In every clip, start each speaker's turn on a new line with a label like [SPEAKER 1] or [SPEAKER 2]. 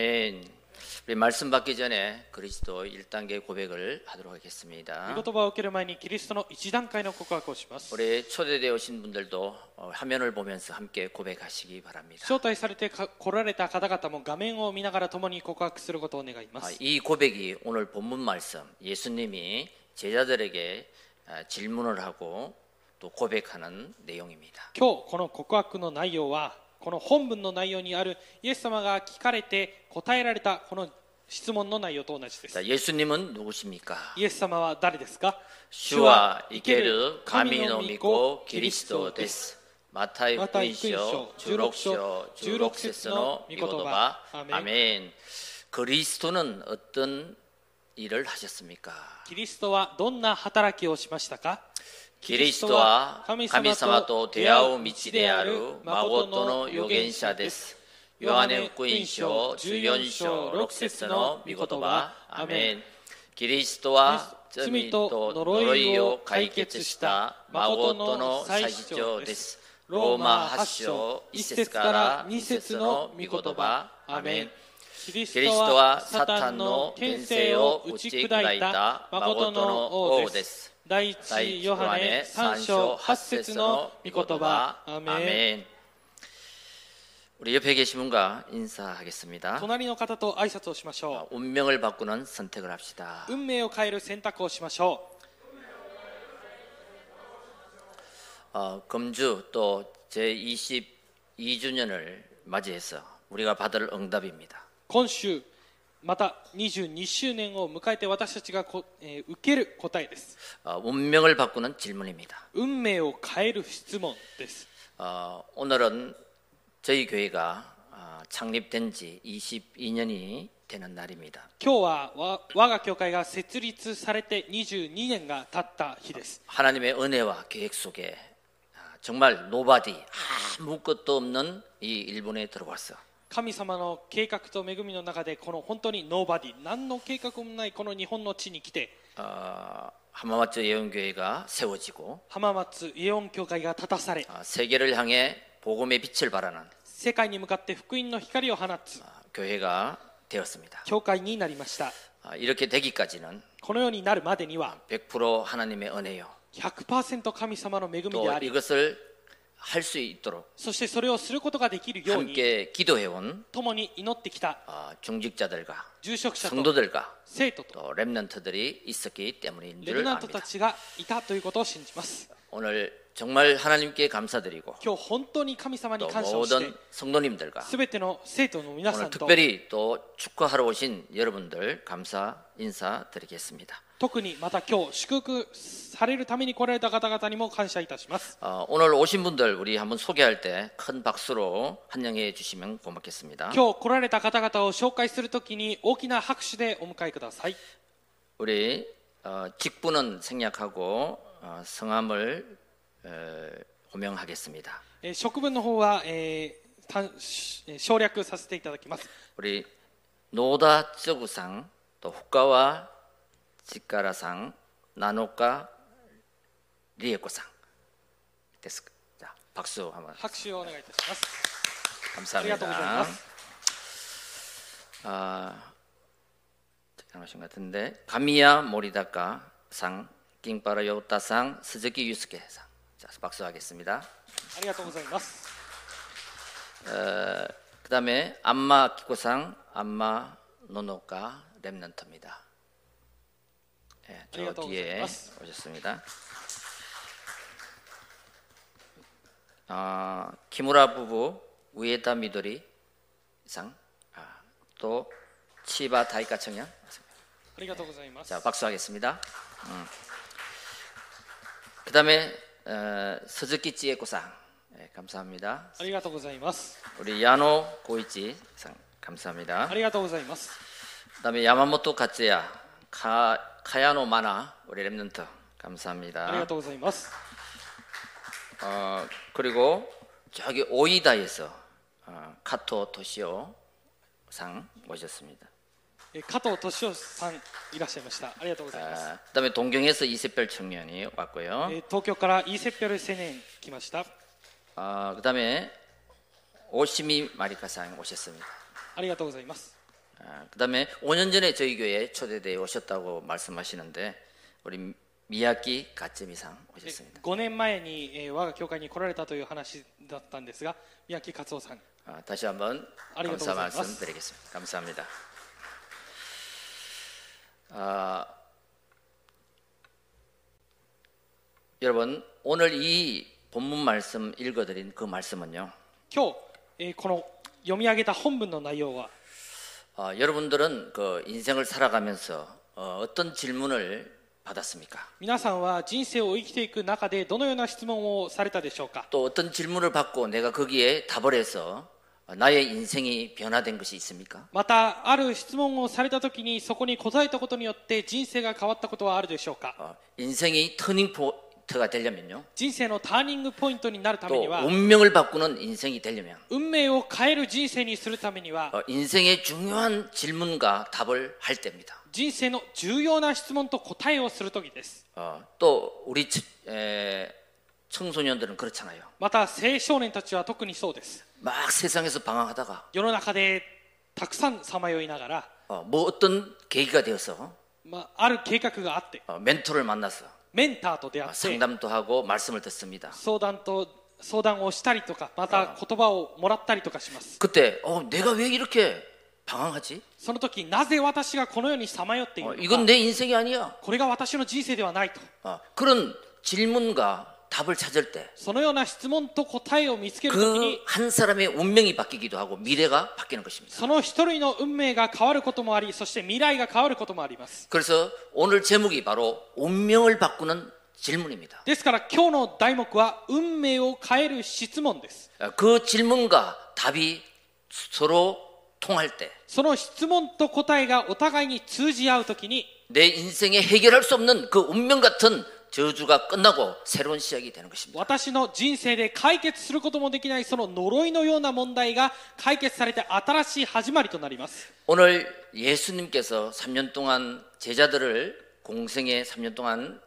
[SPEAKER 1] 아멘. 우리 말씀 받기 전에 그리스도 1단계 고백을 하도록 하겠습니다.
[SPEAKER 2] 御言葉を受ける前にキリストの一段階の告白をします。
[SPEAKER 1] 우리 초대되어 오신 분들도 어, 화면을 보면서 함께 고백하시기 바랍니다.
[SPEAKER 2] 招待されてか来られた方々も画面を見ながら共に告白することを願いま
[SPEAKER 1] 아,
[SPEAKER 2] す。
[SPEAKER 1] 이 고백이 오늘 본문 말씀 예수님이 제자들에게 아, 질문을 하고 또 고백하는 내용입니다.
[SPEAKER 2] 今日この告白の内容はこの本文の内容にあるイエス様が聞かれて答えられたこの質問の内容と同じです。
[SPEAKER 1] 자, 예수님은 누구십니까?
[SPEAKER 2] イエス様は誰ですか主
[SPEAKER 1] 주와 이케르 가미노 믿고 그리스도 데스. 마타이
[SPEAKER 2] マタイ福音
[SPEAKER 1] 福音書
[SPEAKER 2] 書
[SPEAKER 1] 16조 16節の 미고도바 아멘. 그리스도는 어떤 일을 하셨습니까?
[SPEAKER 2] キリストはどんな働きをしましたか
[SPEAKER 1] キリストは神様と出会う道である孫との預言者です。ヨハネ福音書14章6節の御言葉アーメン。キリストは罪と呪いを解決した孫との最長です。ローマ8章1節から2節の御言葉アーメン。
[SPEAKER 2] キリス
[SPEAKER 1] キリスト
[SPEAKER 2] ト
[SPEAKER 1] は
[SPEAKER 2] は
[SPEAKER 1] サ
[SPEAKER 2] サ
[SPEAKER 1] タ
[SPEAKER 2] タ
[SPEAKER 1] ン
[SPEAKER 2] ン
[SPEAKER 1] の
[SPEAKER 2] の
[SPEAKER 1] 権
[SPEAKER 2] 権
[SPEAKER 1] 勢
[SPEAKER 2] 勢
[SPEAKER 1] を
[SPEAKER 2] を
[SPEAKER 1] 打
[SPEAKER 2] 打
[SPEAKER 1] ち
[SPEAKER 2] ち
[SPEAKER 1] 砕
[SPEAKER 2] 砕
[SPEAKER 1] い
[SPEAKER 2] い
[SPEAKER 1] た
[SPEAKER 2] た
[SPEAKER 1] 誠
[SPEAKER 2] 誠
[SPEAKER 1] の
[SPEAKER 2] の
[SPEAKER 1] 王
[SPEAKER 2] 王
[SPEAKER 1] で
[SPEAKER 2] ですす。第一ヨハネ3章8節の御言葉。アーメン
[SPEAKER 1] 우리 옆에 계신 분과 인사하겠습니다.
[SPEAKER 2] 隣の方と挨拶をしましょ
[SPEAKER 1] 운명을 바꾸는 선택을 합시다.
[SPEAKER 2] う。運命を変える選択をしましょ
[SPEAKER 1] 어, 금주 또 제22주년을 맞이해서 우리가 받을 응답입니다.
[SPEAKER 2] う。今週、また22周年を迎えて私たちがこ、えー受ける答えです。
[SPEAKER 1] 어, 운명을 바꾸는 질문입니다.
[SPEAKER 2] 運命を変える質問です。
[SPEAKER 1] 어, 오늘은 저희 교회가 아, 창립된 지 22년이 되는 날입니다.
[SPEAKER 2] 今日はわ我が教会が設立されて22年が経った日です。
[SPEAKER 1] 하나님의 은혜와 계획 속에 아, 정말 노바디 아무것도 없는 이 일본에 들어와서
[SPEAKER 2] 神様の計画と恵みの中でこの本当にノーバディ何の計画もないこの日本の地に来て
[SPEAKER 1] 어, 하마마츠 예언교회가 세워지고
[SPEAKER 2] 浜松イエオン教会が立たされ
[SPEAKER 1] 아, 세계를 향해 복음의 빛을 발하는
[SPEAKER 2] 世界に向かって福音の光を放つ
[SPEAKER 1] 아, 교회가 되었습니다.
[SPEAKER 2] 教会になりました
[SPEAKER 1] 아, 이렇게 되기까지는
[SPEAKER 2] このようになるまでには
[SPEAKER 1] 100% 하나님의 은혜요.
[SPEAKER 2] 100%神様の恵みで
[SPEAKER 1] 또
[SPEAKER 2] あり
[SPEAKER 1] 이것을 할 수 있도록
[SPEAKER 2] そしてそれをすることができるように
[SPEAKER 1] 함께 기도해온
[SPEAKER 2] 共に祈ってきた
[SPEAKER 1] 아, 중직자들과
[SPEAKER 2] 住職者と
[SPEAKER 1] 성도들과
[SPEAKER 2] 生徒と
[SPEAKER 1] 또 렘넌트들이 있었기 때문인
[SPEAKER 2] レル
[SPEAKER 1] 줄
[SPEAKER 2] ナントた
[SPEAKER 1] 압니다.
[SPEAKER 2] ちがいたということを信じます
[SPEAKER 1] 오늘 정말 하나님께 감사드리고
[SPEAKER 2] 今日本当に神様に
[SPEAKER 1] 또
[SPEAKER 2] 感謝をして
[SPEAKER 1] 모든 성도님들과
[SPEAKER 2] 全ての生徒の皆さ
[SPEAKER 1] 오늘
[SPEAKER 2] んと
[SPEAKER 1] 특별히 또 축하하러 오신 여러분들 감사 인사드리겠습니다.
[SPEAKER 2] 特にまた今日祝福されるために来られた方々にも感謝いたします
[SPEAKER 1] 어, 오늘 오신 분들 우리 한번 소개할 때 큰 박수로 환영해 주시면 고맙겠습니다.
[SPEAKER 2] 今日来られた方々を紹介するときに大きな拍手でお迎えください
[SPEAKER 1] 우리 어, 직분은 생략하고 어, 성함을 어, 호명하겠습니다.
[SPEAKER 2] えー職分の方は、えー単しえー省略させていただきます
[SPEAKER 1] 우리 노다 저구상 또 후카와 직가라상 나노카 리에코상 됐을까? 자 박수 한번
[SPEAKER 2] 拍手をお願いいたしますありがとうございま
[SPEAKER 1] 감사합니다.
[SPEAKER 2] す
[SPEAKER 1] 아, 잘하신 것 같은데 가미야 모리다카 상 킹파라 요타상 스즈키 유스케 상. 자 박수하겠습니다.
[SPEAKER 2] ありがとうございます
[SPEAKER 1] 그다음에 안마 키코상 안마 노노카 렘넌트입니다. 예, 저
[SPEAKER 2] 안녕하세요.
[SPEAKER 1] 뒤에
[SPEAKER 2] 반갑습니다.
[SPEAKER 1] 오셨습니다. 아, 키무라 부부 우에다 미도리 상, 아, 또 치바 다이카 청년.
[SPEAKER 2] ありがとうございます
[SPEAKER 1] 자, 박수하겠습니다. 음. 그다음에 어, 스즈키 찌에코상, 예, 감사합니다.
[SPEAKER 2] ありがとうございます
[SPEAKER 1] 우리 야노 고이치 상 감사합니다.
[SPEAKER 2] ありがとうございます
[SPEAKER 1] 그다음에 야마모토 가츠야 카 카야노 마나 우리 랩런트
[SPEAKER 2] ありが
[SPEAKER 1] 감사합니다.
[SPEAKER 2] とうございます
[SPEAKER 1] 어 그리고 저기 오이다에서 어, 카토 토시오 상 오셨습니다.
[SPEAKER 2] えー加藤敏夫さんいらっしゃいましたありがとうございます
[SPEAKER 1] 아, 그다음에 동경에서 이세별 청년이 왔고요.
[SPEAKER 2] えー東京からイーセッピョル青年来ました
[SPEAKER 1] 아, 그다음에 어, 오시미 마리카 상 오셨습니다.
[SPEAKER 2] ありがとうございます
[SPEAKER 1] 아, 그다음에 5년 전에 저희 교회에 초대되어 오셨다고 말씀하시는데 우리 미야키 가츠미상
[SPEAKER 2] で
[SPEAKER 1] 오셨습니다.
[SPEAKER 2] 5年前に、えー我が教会に来られたという話だったんですが宮城勝夫さん
[SPEAKER 1] 아, 다시 한번
[SPEAKER 2] 아리가토
[SPEAKER 1] 감사
[SPEAKER 2] 고자이마스.
[SPEAKER 1] 말씀드리겠습니다. 감사합니다. 아, 여러분 오늘 이 본문 말씀 읽어드린 그 말씀은요.
[SPEAKER 2] 今日、えーこの読み上げた本文の内容は
[SPEAKER 1] 아, 여러분들은 그 인생을 살아가면서 어, 어떤 질문을 받았습니까?
[SPEAKER 2] 皆さんは人生を生きていく中でどのような質問をされたでしょうか
[SPEAKER 1] 또 어떤 질문을 받고 내가 거기에 답을 해서 나의 인생이 변화된 것이 있습니까?
[SPEAKER 2] またある質問をされた時にそこに答えたことによって人生が変わったことはあるでしょうか
[SPEAKER 1] 어, 인생이 터닝 포인트가 되려면요.
[SPEAKER 2] 人生のターニングポイントになるため
[SPEAKER 1] 또
[SPEAKER 2] には
[SPEAKER 1] 운명을 바꾸는 인생이 되려면
[SPEAKER 2] 運命を変える人生にするためには
[SPEAKER 1] 어, 인생의 중요한 질문과 답을 할 때입니다.
[SPEAKER 2] 人生の重要な質問と答えをする時です
[SPEAKER 1] 어, 또 우리 치- 에, 청소년들은 그렇잖아요.
[SPEAKER 2] また青少年たちは特にそうです
[SPEAKER 1] 막 세상에서 방황하다가
[SPEAKER 2] 世の中でたくさんさまよいながら、
[SPEAKER 1] 어, 뭐 어떤 계기가 되어서
[SPEAKER 2] まあ、ある計画があって
[SPEAKER 1] 어, 멘토를 만나서
[SPEAKER 2] メンターと出
[SPEAKER 1] 어,
[SPEAKER 2] 会って
[SPEAKER 1] 상담도 하고 말씀을 듣습니다.
[SPEAKER 2] 相談と相談をしたりとかまた言葉をもらったりとかします
[SPEAKER 1] 그때 어, 내가 왜 이렇게 방황하지?
[SPEAKER 2] その時なぜ私がこの世にさまよってい
[SPEAKER 1] 어,
[SPEAKER 2] るの
[SPEAKER 1] 이건
[SPEAKER 2] か
[SPEAKER 1] 내 인생이 아니야.
[SPEAKER 2] これが私の人生ではないと
[SPEAKER 1] 어, 그런 질문과 답을 찾을
[SPEAKER 2] そのような質問と答えを見つける
[SPEAKER 1] 때
[SPEAKER 2] 時に
[SPEAKER 1] 그 한 사람의 운명이 바뀌기도 하고 미래가 바뀌는 것입니다.
[SPEAKER 2] その一人の運命が変わることもありそして未来が変わることもあります
[SPEAKER 1] 그래서 오늘 제목이 바로 운명을 바꾸는 질문입니다.
[SPEAKER 2] ですから今日の題目は運命を変える質問です
[SPEAKER 1] 어, 그 질문과 답이 서로 통할 때 내
[SPEAKER 2] その質問と答えがお互いに通じ合う時に
[SPEAKER 1] 인생에 해결할 수 없는 그 운명 같은 저주가 끝나고 새로운 시작이 되는 것입니다.
[SPEAKER 2] 私の人生で解決することもできないその呪いのような問題が解決されて新しい始まりとなります
[SPEAKER 1] 오늘 예수님께서 3년 동안 제자들을 공생에 3년 동안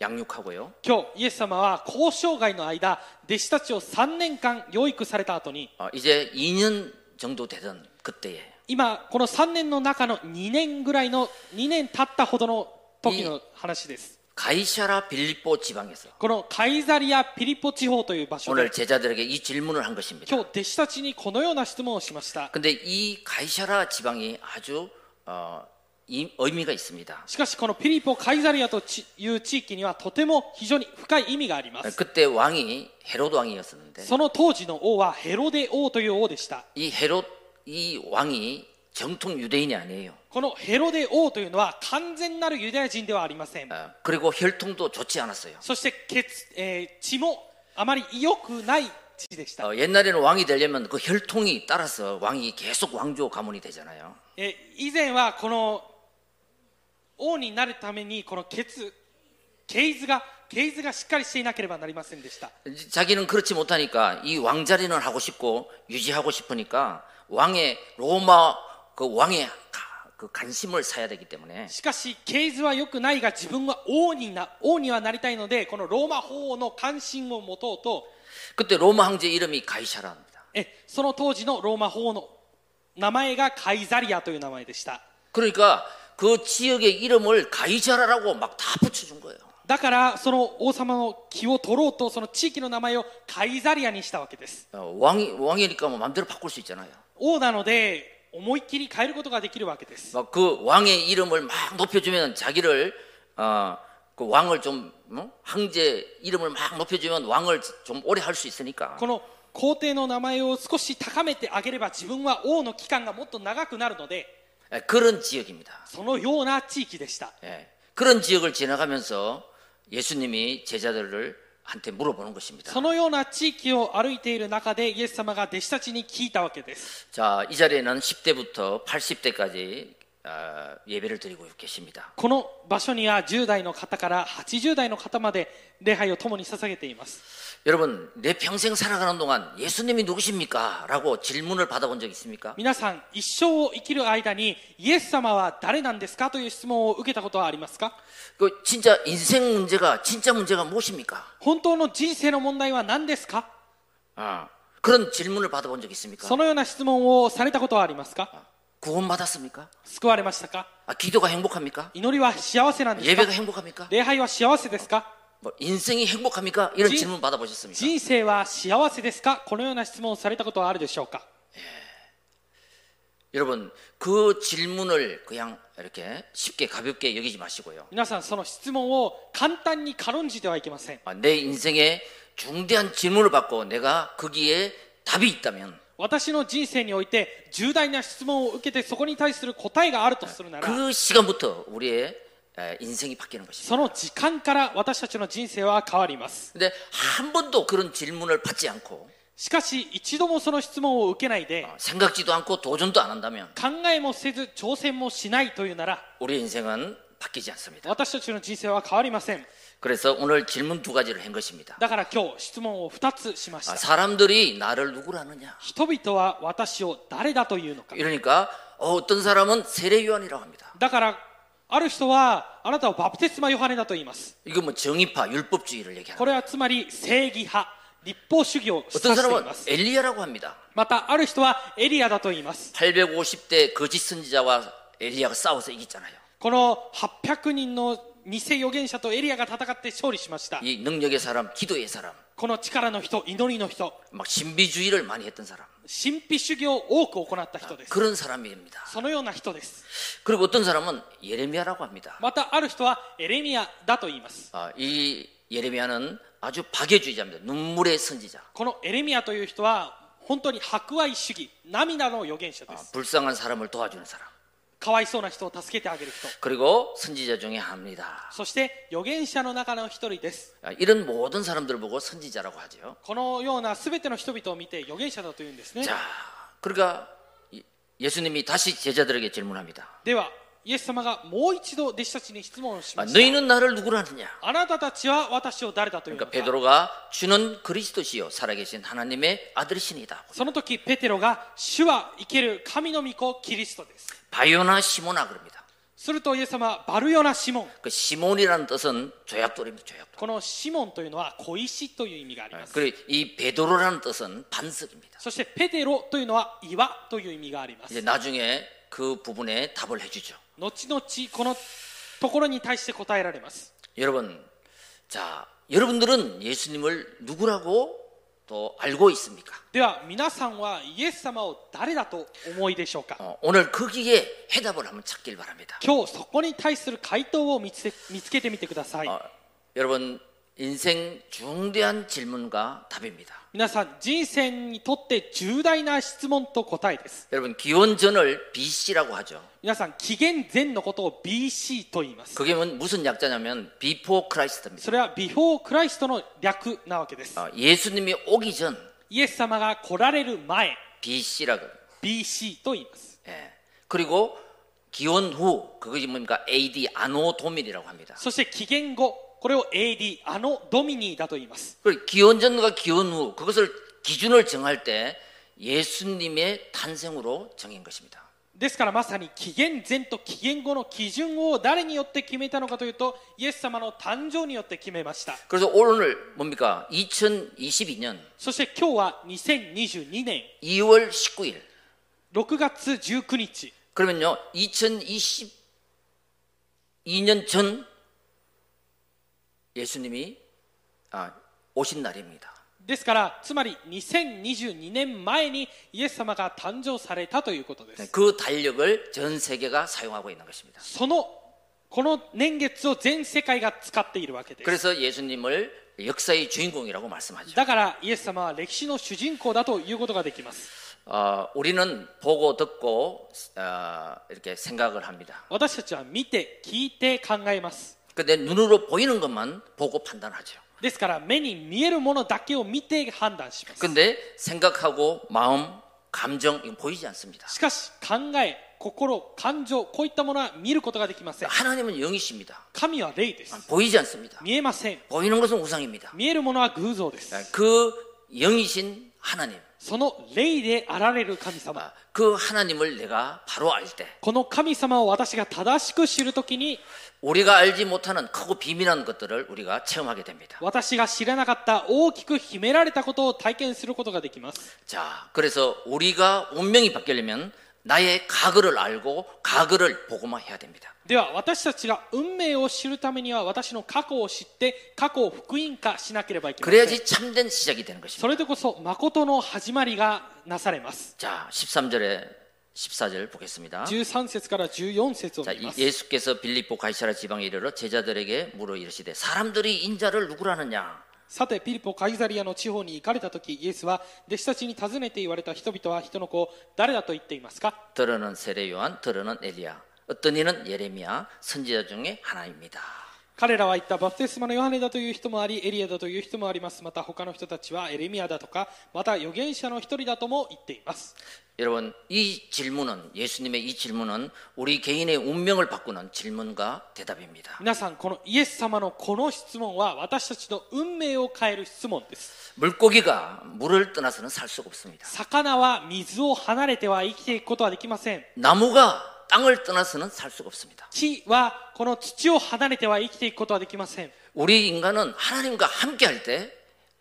[SPEAKER 1] 양육하고요.
[SPEAKER 2] 今日イエス様は交渉外の間弟子たちを3年間養育された後に
[SPEAKER 1] 어, 이제 2년 정도 되던 그때에
[SPEAKER 2] 今この3年の中の2年ぐらいの2年経ったほどの時の話です、
[SPEAKER 1] 가이샤라 빌리뽀 지방에서
[SPEAKER 2] このカイザリア・ピリポ地方という場所
[SPEAKER 1] 오늘
[SPEAKER 2] で
[SPEAKER 1] 제자들에게 이 질문을 한 것입니다.
[SPEAKER 2] 今日弟子たちにこのような質問をしました
[SPEAKER 1] 근데 이 가이샤라 지방이 아주 어, 이- 의미가 있습니다.
[SPEAKER 2] しかしこのピリポ・カイザリアとちいう地域にはとても非常に深い意味があります
[SPEAKER 1] 그때 왕이 헤롯 왕이었었는데
[SPEAKER 2] その当時の王はヘロデ王という王でした
[SPEAKER 1] 이 헤롯 이 왕이 정통 유대인이 아니에요.
[SPEAKER 2] このヘロデ王というのは完全なるユダヤ人ではありません
[SPEAKER 1] 어, 그리고 혈통도 좋지 않았어요.
[SPEAKER 2] そして血、えー血もあまり良くない血でした、
[SPEAKER 1] 어, 옛날에는 왕이 되려면 그 혈통이 따라서 왕이 계속 왕조 가문이 되잖아요.
[SPEAKER 2] えー以前はこの王になるためにこの血系図が系図がしっかりしていなければなりませんでした
[SPEAKER 1] 이제 자기는 그렇지 못하니까 이 왕자리는 하고 싶고 유지하고 싶으니까 왕의 로마 그 왕의 가- 그 관심을 사야 되기 때문에
[SPEAKER 2] しかし系図は良くないが自分は王にな王にはなりたいのでこのローマ法王の関心を持とうと
[SPEAKER 1] 그때 로마 황제 이름이 가이사라입니다.
[SPEAKER 2] えその当時のローマ法王の名前がカイザリアという名前でした
[SPEAKER 1] 그러니까 그 지역의 이름을 가이사라라고 막 다 붙여준 거예요.
[SPEAKER 2] だからその王様の気を取ろうとその地域の名前をカイザリアにしたわけです
[SPEAKER 1] 어, 왕이 왕이니까 뭐 마음대로 바꿀 수 있잖아요.
[SPEAKER 2] 王なので思いっきり変えることができるわけです
[SPEAKER 1] 막 그 왕의 이름을 막 높여주면 자기를 어, 그 왕을 좀 뭐? 황제 이름을 막 높여주면 왕을 좀 오래 할 수 있으니까
[SPEAKER 2] この皇帝の名前を少し高めてあげれば自分は王の期間がもっと長くなるので
[SPEAKER 1] 예, 그런 지역입니다.
[SPEAKER 2] そのような地域でした
[SPEAKER 1] 예, 그런 지역을 지나가면서 예수님이 제자들을 한테 물어보는 것입니다.
[SPEAKER 2] そのような地域を歩いている中でイエス様が弟子たちに聞いたわけです
[SPEAKER 1] 자, 이 자리에는 10대부터 80대까지 아, 예배를 드리고 계십니다.
[SPEAKER 2] この場所には10代の方から80代の方まで礼拝を共に捧げています
[SPEAKER 1] 여러분, 내 평생 살아가는 동안 예수님이 누구십니까? 라고 질문을 받아본 적 있습니까?
[SPEAKER 2] 皆さん一生を生きる間にイエス様は誰なんですかという質問を受けたことはありますか
[SPEAKER 1] 그 진짜 인생 문제가 진짜 문제가 무엇입니까?
[SPEAKER 2] 本当の人生の問題は何ですか
[SPEAKER 1] 아, 그런 질문을 받아본 적 있습니까?
[SPEAKER 2] そのような質問をされたことはありますか
[SPEAKER 1] 구원 받았습니까?
[SPEAKER 2] 救われましたか
[SPEAKER 1] 아, 기도가 행복합니까?
[SPEAKER 2] 祈りは幸せなんです
[SPEAKER 1] 예배가
[SPEAKER 2] か
[SPEAKER 1] 행복합니까?
[SPEAKER 2] 礼拝は幸せですか
[SPEAKER 1] 뭐 인생이 행복합니까? 이런
[SPEAKER 2] 지-
[SPEAKER 1] 질문 받아보셨습니까?
[SPEAKER 2] 人生は幸せですかこのような質問をされたことはあるでしょうか
[SPEAKER 1] 여러분 그 질문을 그냥 이렇게 쉽게 가볍게 여기지 마시고요.
[SPEAKER 2] 皆さんその質問を簡単に軽んじてはいけません
[SPEAKER 1] 아, 내 인생에 중대한 질문을 받고 내가 거기에 답이 있다면
[SPEAKER 2] 私の人生において重大な質問を受けてそこに対する答えがあるとするなら
[SPEAKER 1] 그 시간부터 우리의 에, 인생이 바뀌는 것입니다.
[SPEAKER 2] その時間から私たちの人生は変わります
[SPEAKER 1] 근데 한 번도 그런 질문을 받지 않고
[SPEAKER 2] しかし一度もその質問を受けないで
[SPEAKER 1] 어, 생각지도 않고 도전도 안 한다면
[SPEAKER 2] 考えもせず挑戦もしないというなら
[SPEAKER 1] 우리의 인생은 바뀌지 않습니다.
[SPEAKER 2] 私たちの人生は変わりません
[SPEAKER 1] 그래서 오늘 질문 두 가지를 한 것입니다.
[SPEAKER 2] だから今日質問を2つしまし
[SPEAKER 1] 아,
[SPEAKER 2] た
[SPEAKER 1] 사람들이 나를 누구라느냐.
[SPEAKER 2] 人々は私を誰だというのか
[SPEAKER 1] 이러니까 어, 떤 사람은 세례요한이라고 합니다.
[SPEAKER 2] だからある人はあなたをバプテスマヨハネだと言います
[SPEAKER 1] 이거 뭐 정의파 율법주의를
[SPEAKER 2] こ
[SPEAKER 1] 얘기하는
[SPEAKER 2] れはつまり正義派立法主義を
[SPEAKER 1] 어떤
[SPEAKER 2] 指してい
[SPEAKER 1] 사람은
[SPEAKER 2] ます
[SPEAKER 1] 엘리야라고 합니다.
[SPEAKER 2] またある人はエリアだと言います
[SPEAKER 1] 850대 거짓 선지자와 엘리야가 싸워서 이겼잖아요.
[SPEAKER 2] この800人の偽預言者とエリアが戦って勝利しました
[SPEAKER 1] 이 능력의 사람, 기도의 사람,
[SPEAKER 2] この力の人祈りの人
[SPEAKER 1] 막 신비주의를 많이 했던 사람.
[SPEAKER 2] 神秘主義を多く行った人です
[SPEAKER 1] 그런 사람입니다.
[SPEAKER 2] そのような人です
[SPEAKER 1] 그리고 어떤 사람은 예레미야라고 합니다.
[SPEAKER 2] またある人はエレミアだと言います
[SPEAKER 1] 아, 이 예레미야는 아주 박해주의자입니다. 눈물의 선지자.
[SPEAKER 2] このエレミアという人は本当に博愛主義涙の預言者で
[SPEAKER 1] 아,
[SPEAKER 2] す
[SPEAKER 1] 불쌍한 사람을 도와주는 사람.
[SPEAKER 2] かわいそうな人を助けてあげる人
[SPEAKER 1] 그리고 선지자 중에 합니다. 아,
[SPEAKER 2] そして預言者の中の一人です
[SPEAKER 1] 이런 모든 사람들을 보고 선지자라고 하죠.
[SPEAKER 2] このような全ての人々を見て預言者だというんですね
[SPEAKER 1] 자, 그러니까 이- 예수님이 다시 제자들에게 질문합니다.
[SPEAKER 2] ではイエス様がもう一度弟子たちに質問をし
[SPEAKER 1] 아,
[SPEAKER 2] ました
[SPEAKER 1] 너희는 나를 누구라느냐?
[SPEAKER 2] あなたたちは私を誰だという
[SPEAKER 1] 그러니까
[SPEAKER 2] のか
[SPEAKER 1] 베드로가 주는 그리스도시요 살아계신 하나님의 아들이시니다.
[SPEAKER 2] その時ペテロが主は生ける神の御子キリストです
[SPEAKER 1] 바요나 시모나 그럽니다.
[SPEAKER 2] するとイエス様はバルヨナシモン
[SPEAKER 1] 그 시몬이라는 뜻은 조약돌입니다. 조약돌.
[SPEAKER 2] このシモンというのは小石という意味があります
[SPEAKER 1] 그리고 이 베드로라는 뜻은 반석입니다.
[SPEAKER 2] そしてペテロというのは岩という意味があります
[SPEAKER 1] 이제 나중에 그 부분에 답을 해주죠.
[SPEAKER 2] 後々このところに対して答えられます
[SPEAKER 1] 여러분, 자, 여러분들은 예수님을 누구라고 또 알고 있습니까?
[SPEAKER 2] では皆さんはイエス様を誰だと思いでしょうか
[SPEAKER 1] 어, 오늘 거기에 해답을 한번 찾길 바랍니다.
[SPEAKER 2] 今日そこに対する回答を見つけ見つけてみてください
[SPEAKER 1] 어, 여러분, 인생 중대한 질문과 답입니다.
[SPEAKER 2] 皆さん人生にとって重大な質問と答えです
[SPEAKER 1] 여러분, 기원전을 BC라고 하죠.
[SPEAKER 2] 皆さん紀元前のことを BC と言います
[SPEAKER 1] 그게 뭔- 무슨 약자냐면 Before Christ입니다.
[SPEAKER 2] それはビフォークライストの略なわけです
[SPEAKER 1] 어, 예수님이 오기 전
[SPEAKER 2] イエス様が来られる前
[SPEAKER 1] BC라고.
[SPEAKER 2] BC と言います
[SPEAKER 1] 예. 그리고 기원 후 그것이 뭡니까? AD 아노 도밀이라고 합니다.
[SPEAKER 2] そして紀元後これを AD あのドミニーだと言います
[SPEAKER 1] 그 기원전과 기원 후 그것을 기준을 정할 때 예수님의 탄생으로 정인 것입니다.
[SPEAKER 2] ですからまさに紀元前と紀元後の基準を誰によって決めたのかというとイエス様の誕生によって決めました
[SPEAKER 1] 그래서 오늘 뭡니까? 2022년
[SPEAKER 2] そして今日は2022年
[SPEAKER 1] 2월 19일.
[SPEAKER 2] 6月19日
[SPEAKER 1] 그러면요. 2022년 전 예수님이 아, 오신 날입니다.
[SPEAKER 2] ですからつまり2022年前にイエス様が誕生されたということです、
[SPEAKER 1] 네, 그 달력을 전 세계가 사용하고 있는 것입니다.
[SPEAKER 2] そのこの年月を全世界が使っているわけです
[SPEAKER 1] 그래서 예수님을 역사의 주인공이라고 말씀하죠.
[SPEAKER 2] だからイエス様は歴史の主人公だということができます
[SPEAKER 1] 어, 우리는 보고 듣고 어, 이렇게 생각을 합니다.
[SPEAKER 2] 私たちは見て聞いて考えます
[SPEAKER 1] 근데 눈으로 보이는 것만 보고 판단하죠.
[SPEAKER 2] ですから目に見えるものだけを見て判断します
[SPEAKER 1] 근데 생각하고 마음, 감정 이거 보이지 않습니다.
[SPEAKER 2] しかし考え心感情こういったものは見ることができません
[SPEAKER 1] 하나님은 영이십니다.
[SPEAKER 2] 神は霊です
[SPEAKER 1] 보이지 않습니다.
[SPEAKER 2] 見えません
[SPEAKER 1] 보이는 것은 우상입니다.
[SPEAKER 2] 見えるものは偶像です
[SPEAKER 1] 그 영이신 하나님,
[SPEAKER 2] その霊であられる神様
[SPEAKER 1] 아, 그 하나님을 내가 바로 알 때,
[SPEAKER 2] この神様を私が正しく知るときに
[SPEAKER 1] 우리가 알지 못하는 크고 비밀한 것들을 우리가 체험하게 됩니다.
[SPEAKER 2] 私が知らなかった大きく秘められたことを体験することができます
[SPEAKER 1] 자, 그래서 우리가 운명이 바뀌려면 나의 과거를 알고 과거를 보고만 해야 됩니다.
[SPEAKER 2] では私たちが運命を知るためには私の過去を知って過去を福音化しなければいけません
[SPEAKER 1] 그래야지 참된 시작이 되는 것입니다.
[SPEAKER 2] それでこそ誠の始まりがなされます
[SPEAKER 1] 자, 13절에 14절 보겠습니다.
[SPEAKER 2] 13節から14節を
[SPEAKER 1] 자,
[SPEAKER 2] 見ま
[SPEAKER 1] 이-
[SPEAKER 2] す
[SPEAKER 1] 예수께서 빌립보 가이사라 지방에 이르러 제자들에게 물어 이르시되 사람들이 인자를 누구라느냐?
[SPEAKER 2] さてピリポカイザリアの地方に行かれた時イエスは弟子たちに尋ねて言われた人々は人の子を誰だと言っていますか
[SPEAKER 1] 들어는 세례 요한, 들어는 엘리야. 어떤 이는 예레미야 선지자 중에 하나입니다.
[SPEAKER 2] 彼らは言ったバプテスマのヨハネだという人もありエリアだという人もありますまた他の人たちはエレミアだとかまた預言者の一人だとも言っています
[SPEAKER 1] 여러분, 이 질문은 예수님의 이 질문은 우리 개인의 운명을 바꾸는 질문과 대답입니다.
[SPEAKER 2] 皆さんこのイエス様のこの質問は私たちの運命を変える質問です
[SPEAKER 1] 물고기가 물을 떠나서는 살 수가 없습니다.
[SPEAKER 2] 魚は水を離れては生きていくことはできません
[SPEAKER 1] 나무가 땅을 떠나서는 살 수가 없습니다.
[SPEAKER 2] 木はこの土を離れては生きていくことはできません
[SPEAKER 1] 우리 인간은 하나님과 함께 할 때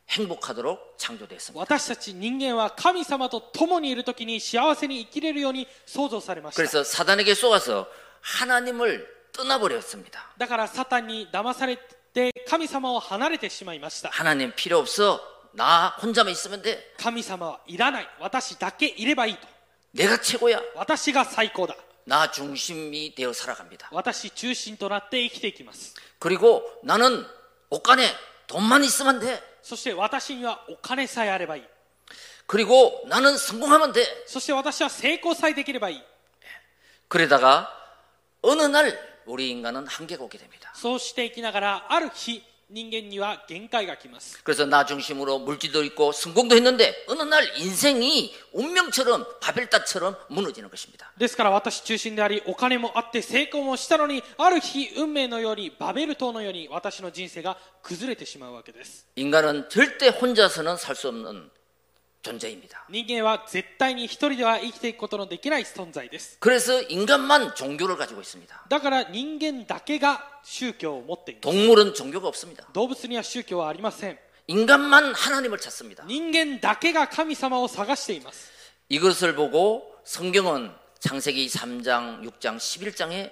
[SPEAKER 1] 행복하도록 창조되었습니다.
[SPEAKER 2] 私たち人間は神様と共にいるときに幸せに生きれるように創造されました
[SPEAKER 1] 그래서 사단에게 쏘아서 하나님을 떠나버렸습니다.
[SPEAKER 2] だからサタンに騙されて神様を離れてしまいました
[SPEAKER 1] 하나님 필요 없어. 나 혼자만 있으면 돼.
[SPEAKER 2] 神様はいらない私だけいればいいと
[SPEAKER 1] 내가 최고야.
[SPEAKER 2] 私が最高だ
[SPEAKER 1] 나 중심이 되어 살아갑니다.
[SPEAKER 2] 私中心となって生きていきます
[SPEAKER 1] 그리고 나는 옷간에 돈만 있으면 돼.
[SPEAKER 2] そして私にはお金さえあればいい
[SPEAKER 1] 그리고 나는 성공하면 돼.
[SPEAKER 2] そして私は成功さえできればいい
[SPEAKER 1] 그러다가 어느 날 우리 인간은 한계가 오게 됩니다.
[SPEAKER 2] そうして生きながらある日人間には限界が来ます
[SPEAKER 1] 그래서 나 중심으로 물질도 있고 성공도 했는데 어느 날 인생이 운명처럼 바벨다처럼 무너지는 것입니다.
[SPEAKER 2] ですから私中心でありお金もあって成功もしたのにある日運命のようにバベル塔のように私の人生が崩れてしまうわけです
[SPEAKER 1] 인간은 절대 혼자서는 살 수 없는 존재입니다.
[SPEAKER 2] 人間は絶対に一人では生きていくことのできない存在です
[SPEAKER 1] 그래서 인간만 종교를 가지고 있습니다.
[SPEAKER 2] だから人間だけが宗教を持っています
[SPEAKER 1] 동물은 종교가 없습니다.
[SPEAKER 2] 動物には宗教はありません
[SPEAKER 1] 인간만 하나님을 찾습니다.
[SPEAKER 2] 人間だけが神様を探しています
[SPEAKER 1] 이것을 보고 성경은 창세기 3장, 6장, 11장의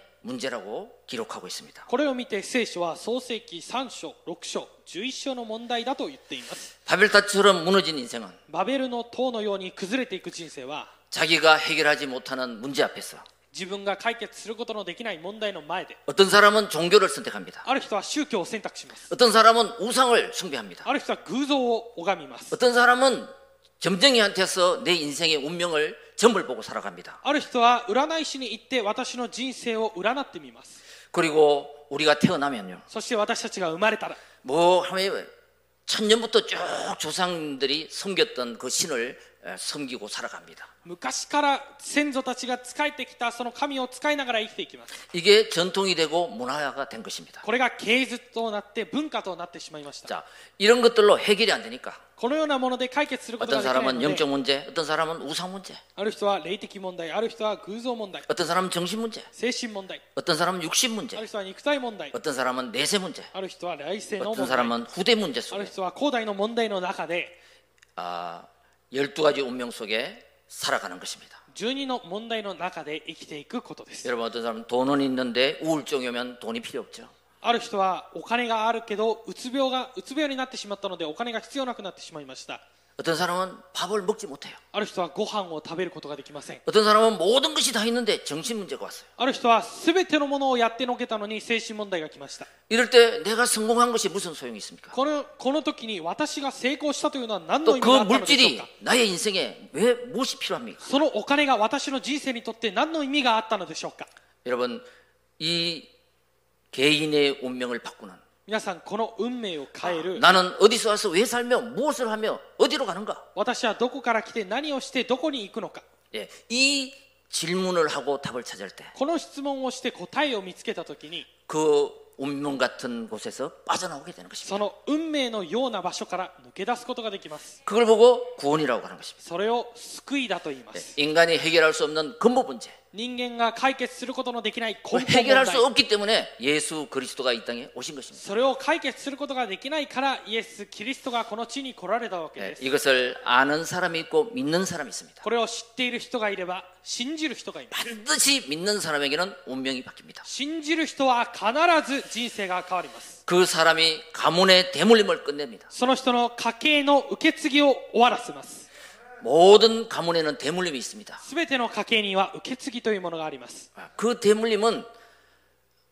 [SPEAKER 1] 문제라고 기록하고 있습니다.
[SPEAKER 2] これを見て聖書は創世記3章6章11章の問題だと言っています
[SPEAKER 1] 바벨다처럼 무너진 인생은
[SPEAKER 2] バベルの塔のように崩れていく人生は
[SPEAKER 1] 자기가 해결하지 못하는 문제 앞에서
[SPEAKER 2] 自分が解決することのできない問題の前で
[SPEAKER 1] 어떤 사람은 종교를 선택합니다.
[SPEAKER 2] ある人は宗教を選択します
[SPEAKER 1] 어떤 사람은 우상을 숭배합니다.
[SPEAKER 2] ある人は偶像を拝みます
[SPEAKER 1] 어떤 사람은 점쟁이한테서 내 인생의 운명을 점을 보고 살아갑니다.
[SPEAKER 2] ある人は占い師に行って私の人生を占ってみます
[SPEAKER 1] 그리고 우리가 태어나면요.
[SPEAKER 2] そして私たちが生まれたら
[SPEAKER 1] 뭐 하면 천년부터 쭉 조상들이 섬겼던 그 신을 에, 섬기고 살아갑니다.
[SPEAKER 2] 昔から先祖たちが仕えてきたその神を使いながら生きていきます
[SPEAKER 1] 이게 전통이 되고 문화가 된 것입니다.
[SPEAKER 2] これが芸術となって文化となってしまいました
[SPEAKER 1] 자, 이런 것들로 해결이 안 되니까
[SPEAKER 2] このようなもので解決することが
[SPEAKER 1] 어떤
[SPEAKER 2] できない
[SPEAKER 1] 사람은
[SPEAKER 2] ので
[SPEAKER 1] 영적 문제, 어떤 사람은 우상 문제,
[SPEAKER 2] ある人は霊的問題ある人は偶像問題
[SPEAKER 1] 어떤 사람은 정신 문제,
[SPEAKER 2] 精神問題
[SPEAKER 1] 어떤 사람은 육신
[SPEAKER 2] あ
[SPEAKER 1] 문제,
[SPEAKER 2] る人は肉体問題
[SPEAKER 1] 어떤 사람은 내세 문제,
[SPEAKER 2] ある人は来世の
[SPEAKER 1] 어떤
[SPEAKER 2] 問題
[SPEAKER 1] 사람은 후대 문제
[SPEAKER 2] あ
[SPEAKER 1] 속에
[SPEAKER 2] る人は広大の問題の中で
[SPEAKER 1] 아, 12가지 운명 속에 살아가는 것입니다.
[SPEAKER 2] 12の問題の中で生きていくことです
[SPEAKER 1] 여러분 어떤 사람은 돈은 있는데 우울증이 오면 돈이 필요 없죠.
[SPEAKER 2] ある人はお金があるけどうつ病がうつ病になってしまったのでお金が必要なくなってしまいました
[SPEAKER 1] 어떤 사람은 밥을 먹지 못해요.
[SPEAKER 2] ある人はご飯を食べることができません
[SPEAKER 1] 어떤 사람은 모든 것이 다 있는데 정신 문제가 왔어요.
[SPEAKER 2] ある人は全てのものをやってのけたのに精神問題が来ました
[SPEAKER 1] 이럴 때 내가 성공한 것이 무슨 소용이 있습니까?
[SPEAKER 2] このこの時に私が成功したというのは何の
[SPEAKER 1] 또
[SPEAKER 2] 意
[SPEAKER 1] 그
[SPEAKER 2] 味があったのでしょう
[SPEAKER 1] 물질이
[SPEAKER 2] か
[SPEAKER 1] 나의 인생에 왜 무엇이 필요합니까?
[SPEAKER 2] そのお金が私の人生にとって何の意味があったのでしょうか
[SPEAKER 1] 여러분 이 개인의 운명을 바꾸는
[SPEAKER 2] 皆さんこの運命を変える
[SPEAKER 1] 나는 어디서 와서 왜 살며 무엇을 하며 어디로 가는가?
[SPEAKER 2] 私はどこから来て何をしてどこに行くのか
[SPEAKER 1] 예, 이 질문을 하고 답을 찾을
[SPEAKER 2] この質問をして答えを見つけた時に
[SPEAKER 1] 때 그 운명 같은 곳에서 빠져나오게 되는 것입니다.
[SPEAKER 2] その運命のような場所から抜け出すことができます
[SPEAKER 1] 그걸 보고 구원이라고 하는 것입니다. 네.
[SPEAKER 2] それを救いだと言います
[SPEAKER 1] 인간이 해결할 수 없는 근본 문제,
[SPEAKER 2] 人間が解決することのできない根本問題
[SPEAKER 1] 해결할 수 없기 때문에 예수 그리스도가 이 땅에 오신 것입니다.
[SPEAKER 2] それを解決することができないからイエス・キリストがこの地に来られたわけ
[SPEAKER 1] 예,
[SPEAKER 2] です
[SPEAKER 1] 이것을 아는 사람이 있고 믿는 사람이 있습니다.
[SPEAKER 2] これを知っている人がいれば信じる人がいます
[SPEAKER 1] 반드시 믿는 사람에게는 운명이 바뀝니다.
[SPEAKER 2] 信じる人は必ず人生が変わります
[SPEAKER 1] 그 사람이 가문의 대물림을 끝냅니다.
[SPEAKER 2] その人の家系の受け継ぎを終わらせます
[SPEAKER 1] 모든 가문에는 대물림이 있습니다.
[SPEAKER 2] すべての家系には受け継ぎというものがあります
[SPEAKER 1] 그 대물림은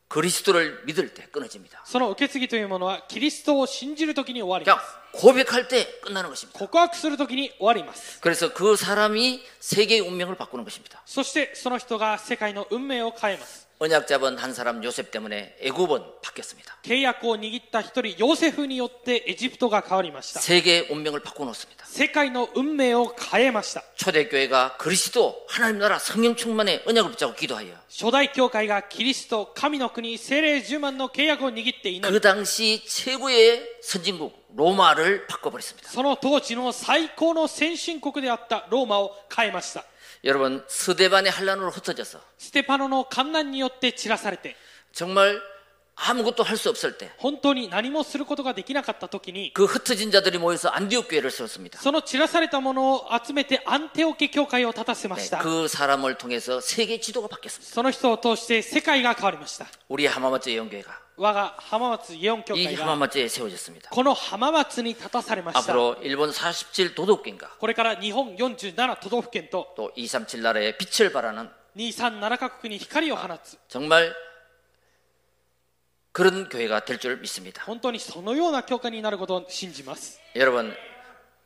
[SPEAKER 1] 그리스도를 믿을 때 끊어집니다.
[SPEAKER 2] その受け継ぎというものはキリストを信じるときに終わりま
[SPEAKER 1] 그냥
[SPEAKER 2] す
[SPEAKER 1] 고백할 때 끝나는 것입니다.
[SPEAKER 2] 告白するときに終わります
[SPEAKER 1] 그래서 그 사람이 세계의 운명을 바꾸는 것입니다.
[SPEAKER 2] そしてその人が世界の運命を変えます
[SPEAKER 1] 언약 잡은 한 사람 요셉 때문에 애굽은 바뀌었습니다.
[SPEAKER 2] 契約を握った一人ヨセフによってエジプトが変わりました
[SPEAKER 1] 세계의 운명을 바꿔놓습니다.
[SPEAKER 2] 世界の運命を変えました
[SPEAKER 1] 초대교회가 그리스도 하나님 나라 성령 충만의 언약을 붙잡고 기도하여
[SPEAKER 2] 初代教会がキリスト神の国精霊10万の契約を握って祈
[SPEAKER 1] 그
[SPEAKER 2] り
[SPEAKER 1] 당시 최고의 선진국 로마를 바꿔버렸습니다.
[SPEAKER 2] その当時の最高の先進国であったローマを変えました
[SPEAKER 1] 여러분 스데반의 한란으로 흩어져서
[SPEAKER 2] ステパノの観難によって散らされて
[SPEAKER 1] 정말 아무것도 할 수 없을 때 그
[SPEAKER 2] 本当に何もすることができなかった時に
[SPEAKER 1] 흩어진 자들이 모여서 안디옥 교회를 세웠습니다. 네,
[SPEAKER 2] その散らされたものを集めてアンテオケ教会を立たせまし
[SPEAKER 1] 네,
[SPEAKER 2] た
[SPEAKER 1] 그 사람을 통해서 세계 지도가 바뀌었습니다.
[SPEAKER 2] その人を通して世界が変わりました
[SPEAKER 1] 우리 하마마체 영교회가
[SPEAKER 2] 我が浜松イオン教
[SPEAKER 1] 이
[SPEAKER 2] 会が
[SPEAKER 1] 하마마체에 세워졌습니다.
[SPEAKER 2] この浜松に立たされましたこ
[SPEAKER 1] 앞으로 일본 47 도덕교인가
[SPEAKER 2] れから日本47都道府県と
[SPEAKER 1] 또 237 나라에 빛을 발하는
[SPEAKER 2] 237カ国に光を放つ
[SPEAKER 1] 정말 그런 교회가 될 줄 믿습니다.
[SPEAKER 2] 本当にそのような教会になることを信じます
[SPEAKER 1] 여러분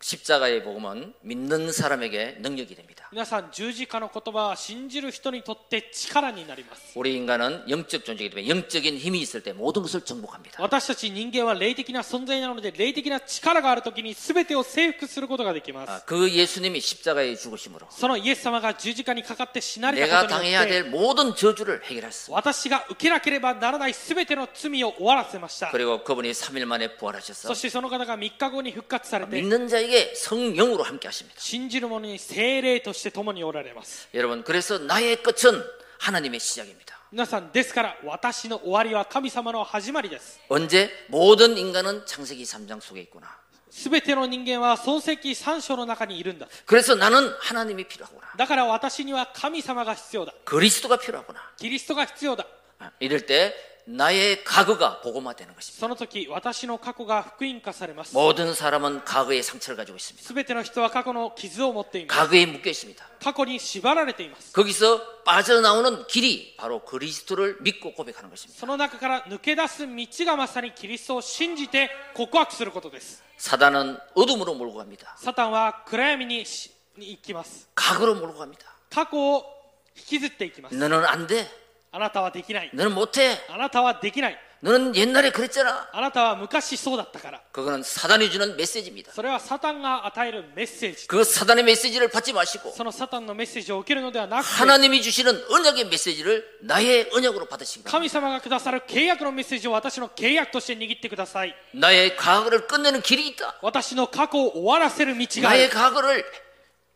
[SPEAKER 1] 십자가의 복음은 믿는 사람에게 능력이 됩니다.
[SPEAKER 2] 皆さん十字架の言葉は信じる人にとって力になります
[SPEAKER 1] 우리 인간은 영적 존재이기 때문에 영적인 힘이 있을 때 모든 것을 정복합니다.
[SPEAKER 2] 私たち人間は霊的な存在なので霊的な力がある時に全てを征服することができま
[SPEAKER 1] 아,
[SPEAKER 2] す
[SPEAKER 1] 그 예수님이 십자가에 죽으심으로
[SPEAKER 2] そのイエス様が十字架にかかって死なれた
[SPEAKER 1] 내가
[SPEAKER 2] ことに
[SPEAKER 1] 당해야
[SPEAKER 2] よって
[SPEAKER 1] 될 모든 저주를 해결했습니다.
[SPEAKER 2] 私が受けなければならない全ての罪を終わらせました
[SPEAKER 1] 그리고 그분이 3일 만에
[SPEAKER 2] そ
[SPEAKER 1] 부활하셔서
[SPEAKER 2] してその方が3日後に復活されて
[SPEAKER 1] 믿는 자에게 성령으로 함께 하십니다.
[SPEAKER 2] 信じる者に精霊として共におられます
[SPEAKER 1] 여러분 그래서 나의 끝은 하나님의 시작입니다.
[SPEAKER 2] 皆さんですから私の終わりは神様の始まりです
[SPEAKER 1] 언제 모든 인간은 창세기 3장 속에 있구나.
[SPEAKER 2] 全ての人間は創世記3章の中にいるんだ
[SPEAKER 1] 그래서 나는 하나님이 필요하구나.
[SPEAKER 2] だから私には神様が必要だ
[SPEAKER 1] 그리스도가 필요하구나.
[SPEAKER 2] キリストが必要だ
[SPEAKER 1] 아, 이럴 때 나의 과거가 복음화되는 것입니다.
[SPEAKER 2] その時私の過去が福音化されます
[SPEAKER 1] 모든 사람은 과거의 상처를 가지고 있습니다.
[SPEAKER 2] 全ての人は過去の傷を持っています
[SPEAKER 1] 과거에 묶여 있습니다.
[SPEAKER 2] 過去に縛られています
[SPEAKER 1] 거기서 빠져나오는 길이 바로 그리스도를 믿고 고백하는 것입니다.
[SPEAKER 2] その中から抜け出す道がまさにキリストを信じて告白することです
[SPEAKER 1] 사단은 어둠으로 몰고 갑니다.
[SPEAKER 2] サタンは暗闇にしに行きます
[SPEAKER 1] 과거로 몰고 갑니다.
[SPEAKER 2] 過去を引きずっていきます
[SPEAKER 1] 너는 안 돼.
[SPEAKER 2] あなたはできない
[SPEAKER 1] 너는 못해.
[SPEAKER 2] あなたはできない
[SPEAKER 1] 너는 옛날에 그랬잖아.
[SPEAKER 2] あなたは昔そうだったから
[SPEAKER 1] 그거는 사단이 주는 메시지입니다.
[SPEAKER 2] それはサタンが与えるメッセージ
[SPEAKER 1] 그 사단의 메시지를 받지 마시고
[SPEAKER 2] そのサタンのメッセージを受けるのではなくて
[SPEAKER 1] 네. 하나님이 주시는 언약의 메시지를 나의 언약으로 받으신다.
[SPEAKER 2] 神様がくださる契約のメッセージを私の契約として握ってください
[SPEAKER 1] 나의 과거를 끝내는 길이 있다.
[SPEAKER 2] 私の過去を終わらせる道があ
[SPEAKER 1] 나의
[SPEAKER 2] る
[SPEAKER 1] 과거를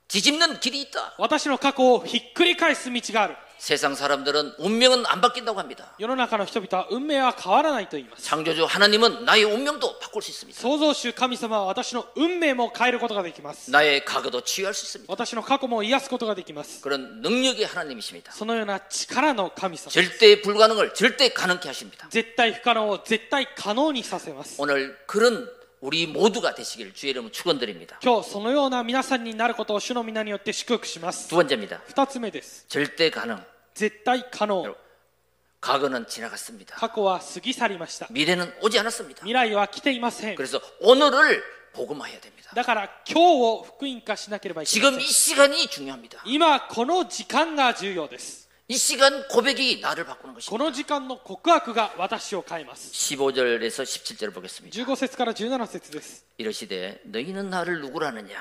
[SPEAKER 1] 뒤집는 길이 있다.
[SPEAKER 2] 私の過去をひっくり返す道がある
[SPEAKER 1] 세상 사람들은 운명은 안 바뀐다고 합니다.
[SPEAKER 2] 世の中の人々は運命は変わらないと言います
[SPEAKER 1] 창조주 하나님은 나의 운명도 바꿀 수 있습니다.
[SPEAKER 2] 創造主神様は私の運命も変えることができます
[SPEAKER 1] 나의 과거도 치유할 수 있습니다.
[SPEAKER 2] 私の過去も癒すことができます
[SPEAKER 1] 그런 능력의 하나님이십니다.
[SPEAKER 2] そのような力の神様
[SPEAKER 1] 절대 불가능을 절대 가능케 하십니다.
[SPEAKER 2] 絶対不可能を絶対可能にさせます
[SPEAKER 1] 오늘 그런 우리 모두가 되시길 주의 이름으로 축원드립니다.
[SPEAKER 2] 今日そのような皆さんになることを主の皆によって祝福します
[SPEAKER 1] 두 번째입니다.
[SPEAKER 2] 二つ目です
[SPEAKER 1] 절대 가능.
[SPEAKER 2] 絶対可能
[SPEAKER 1] 과거는 지나갔습니다.
[SPEAKER 2] 過去は過ぎ去りました
[SPEAKER 1] 미래는 오지 않았습니다.
[SPEAKER 2] 未来は来ていません
[SPEAKER 1] 그래서 오늘을 복음화해야 됩니다.
[SPEAKER 2] だから今日を福音化しなければいけませ
[SPEAKER 1] 지금
[SPEAKER 2] ん
[SPEAKER 1] 이 시간이 중요합니다.
[SPEAKER 2] 今この時間が重要です
[SPEAKER 1] 이 시간 고백이 나를 바꾸는
[SPEAKER 2] こ
[SPEAKER 1] 것입니다.
[SPEAKER 2] の時間の告白が私を変えます
[SPEAKER 1] 15절에서 17절을 보겠습니다.
[SPEAKER 2] 15節から17節です。
[SPEAKER 1] 이러시되 너희는 나를 누구라느냐?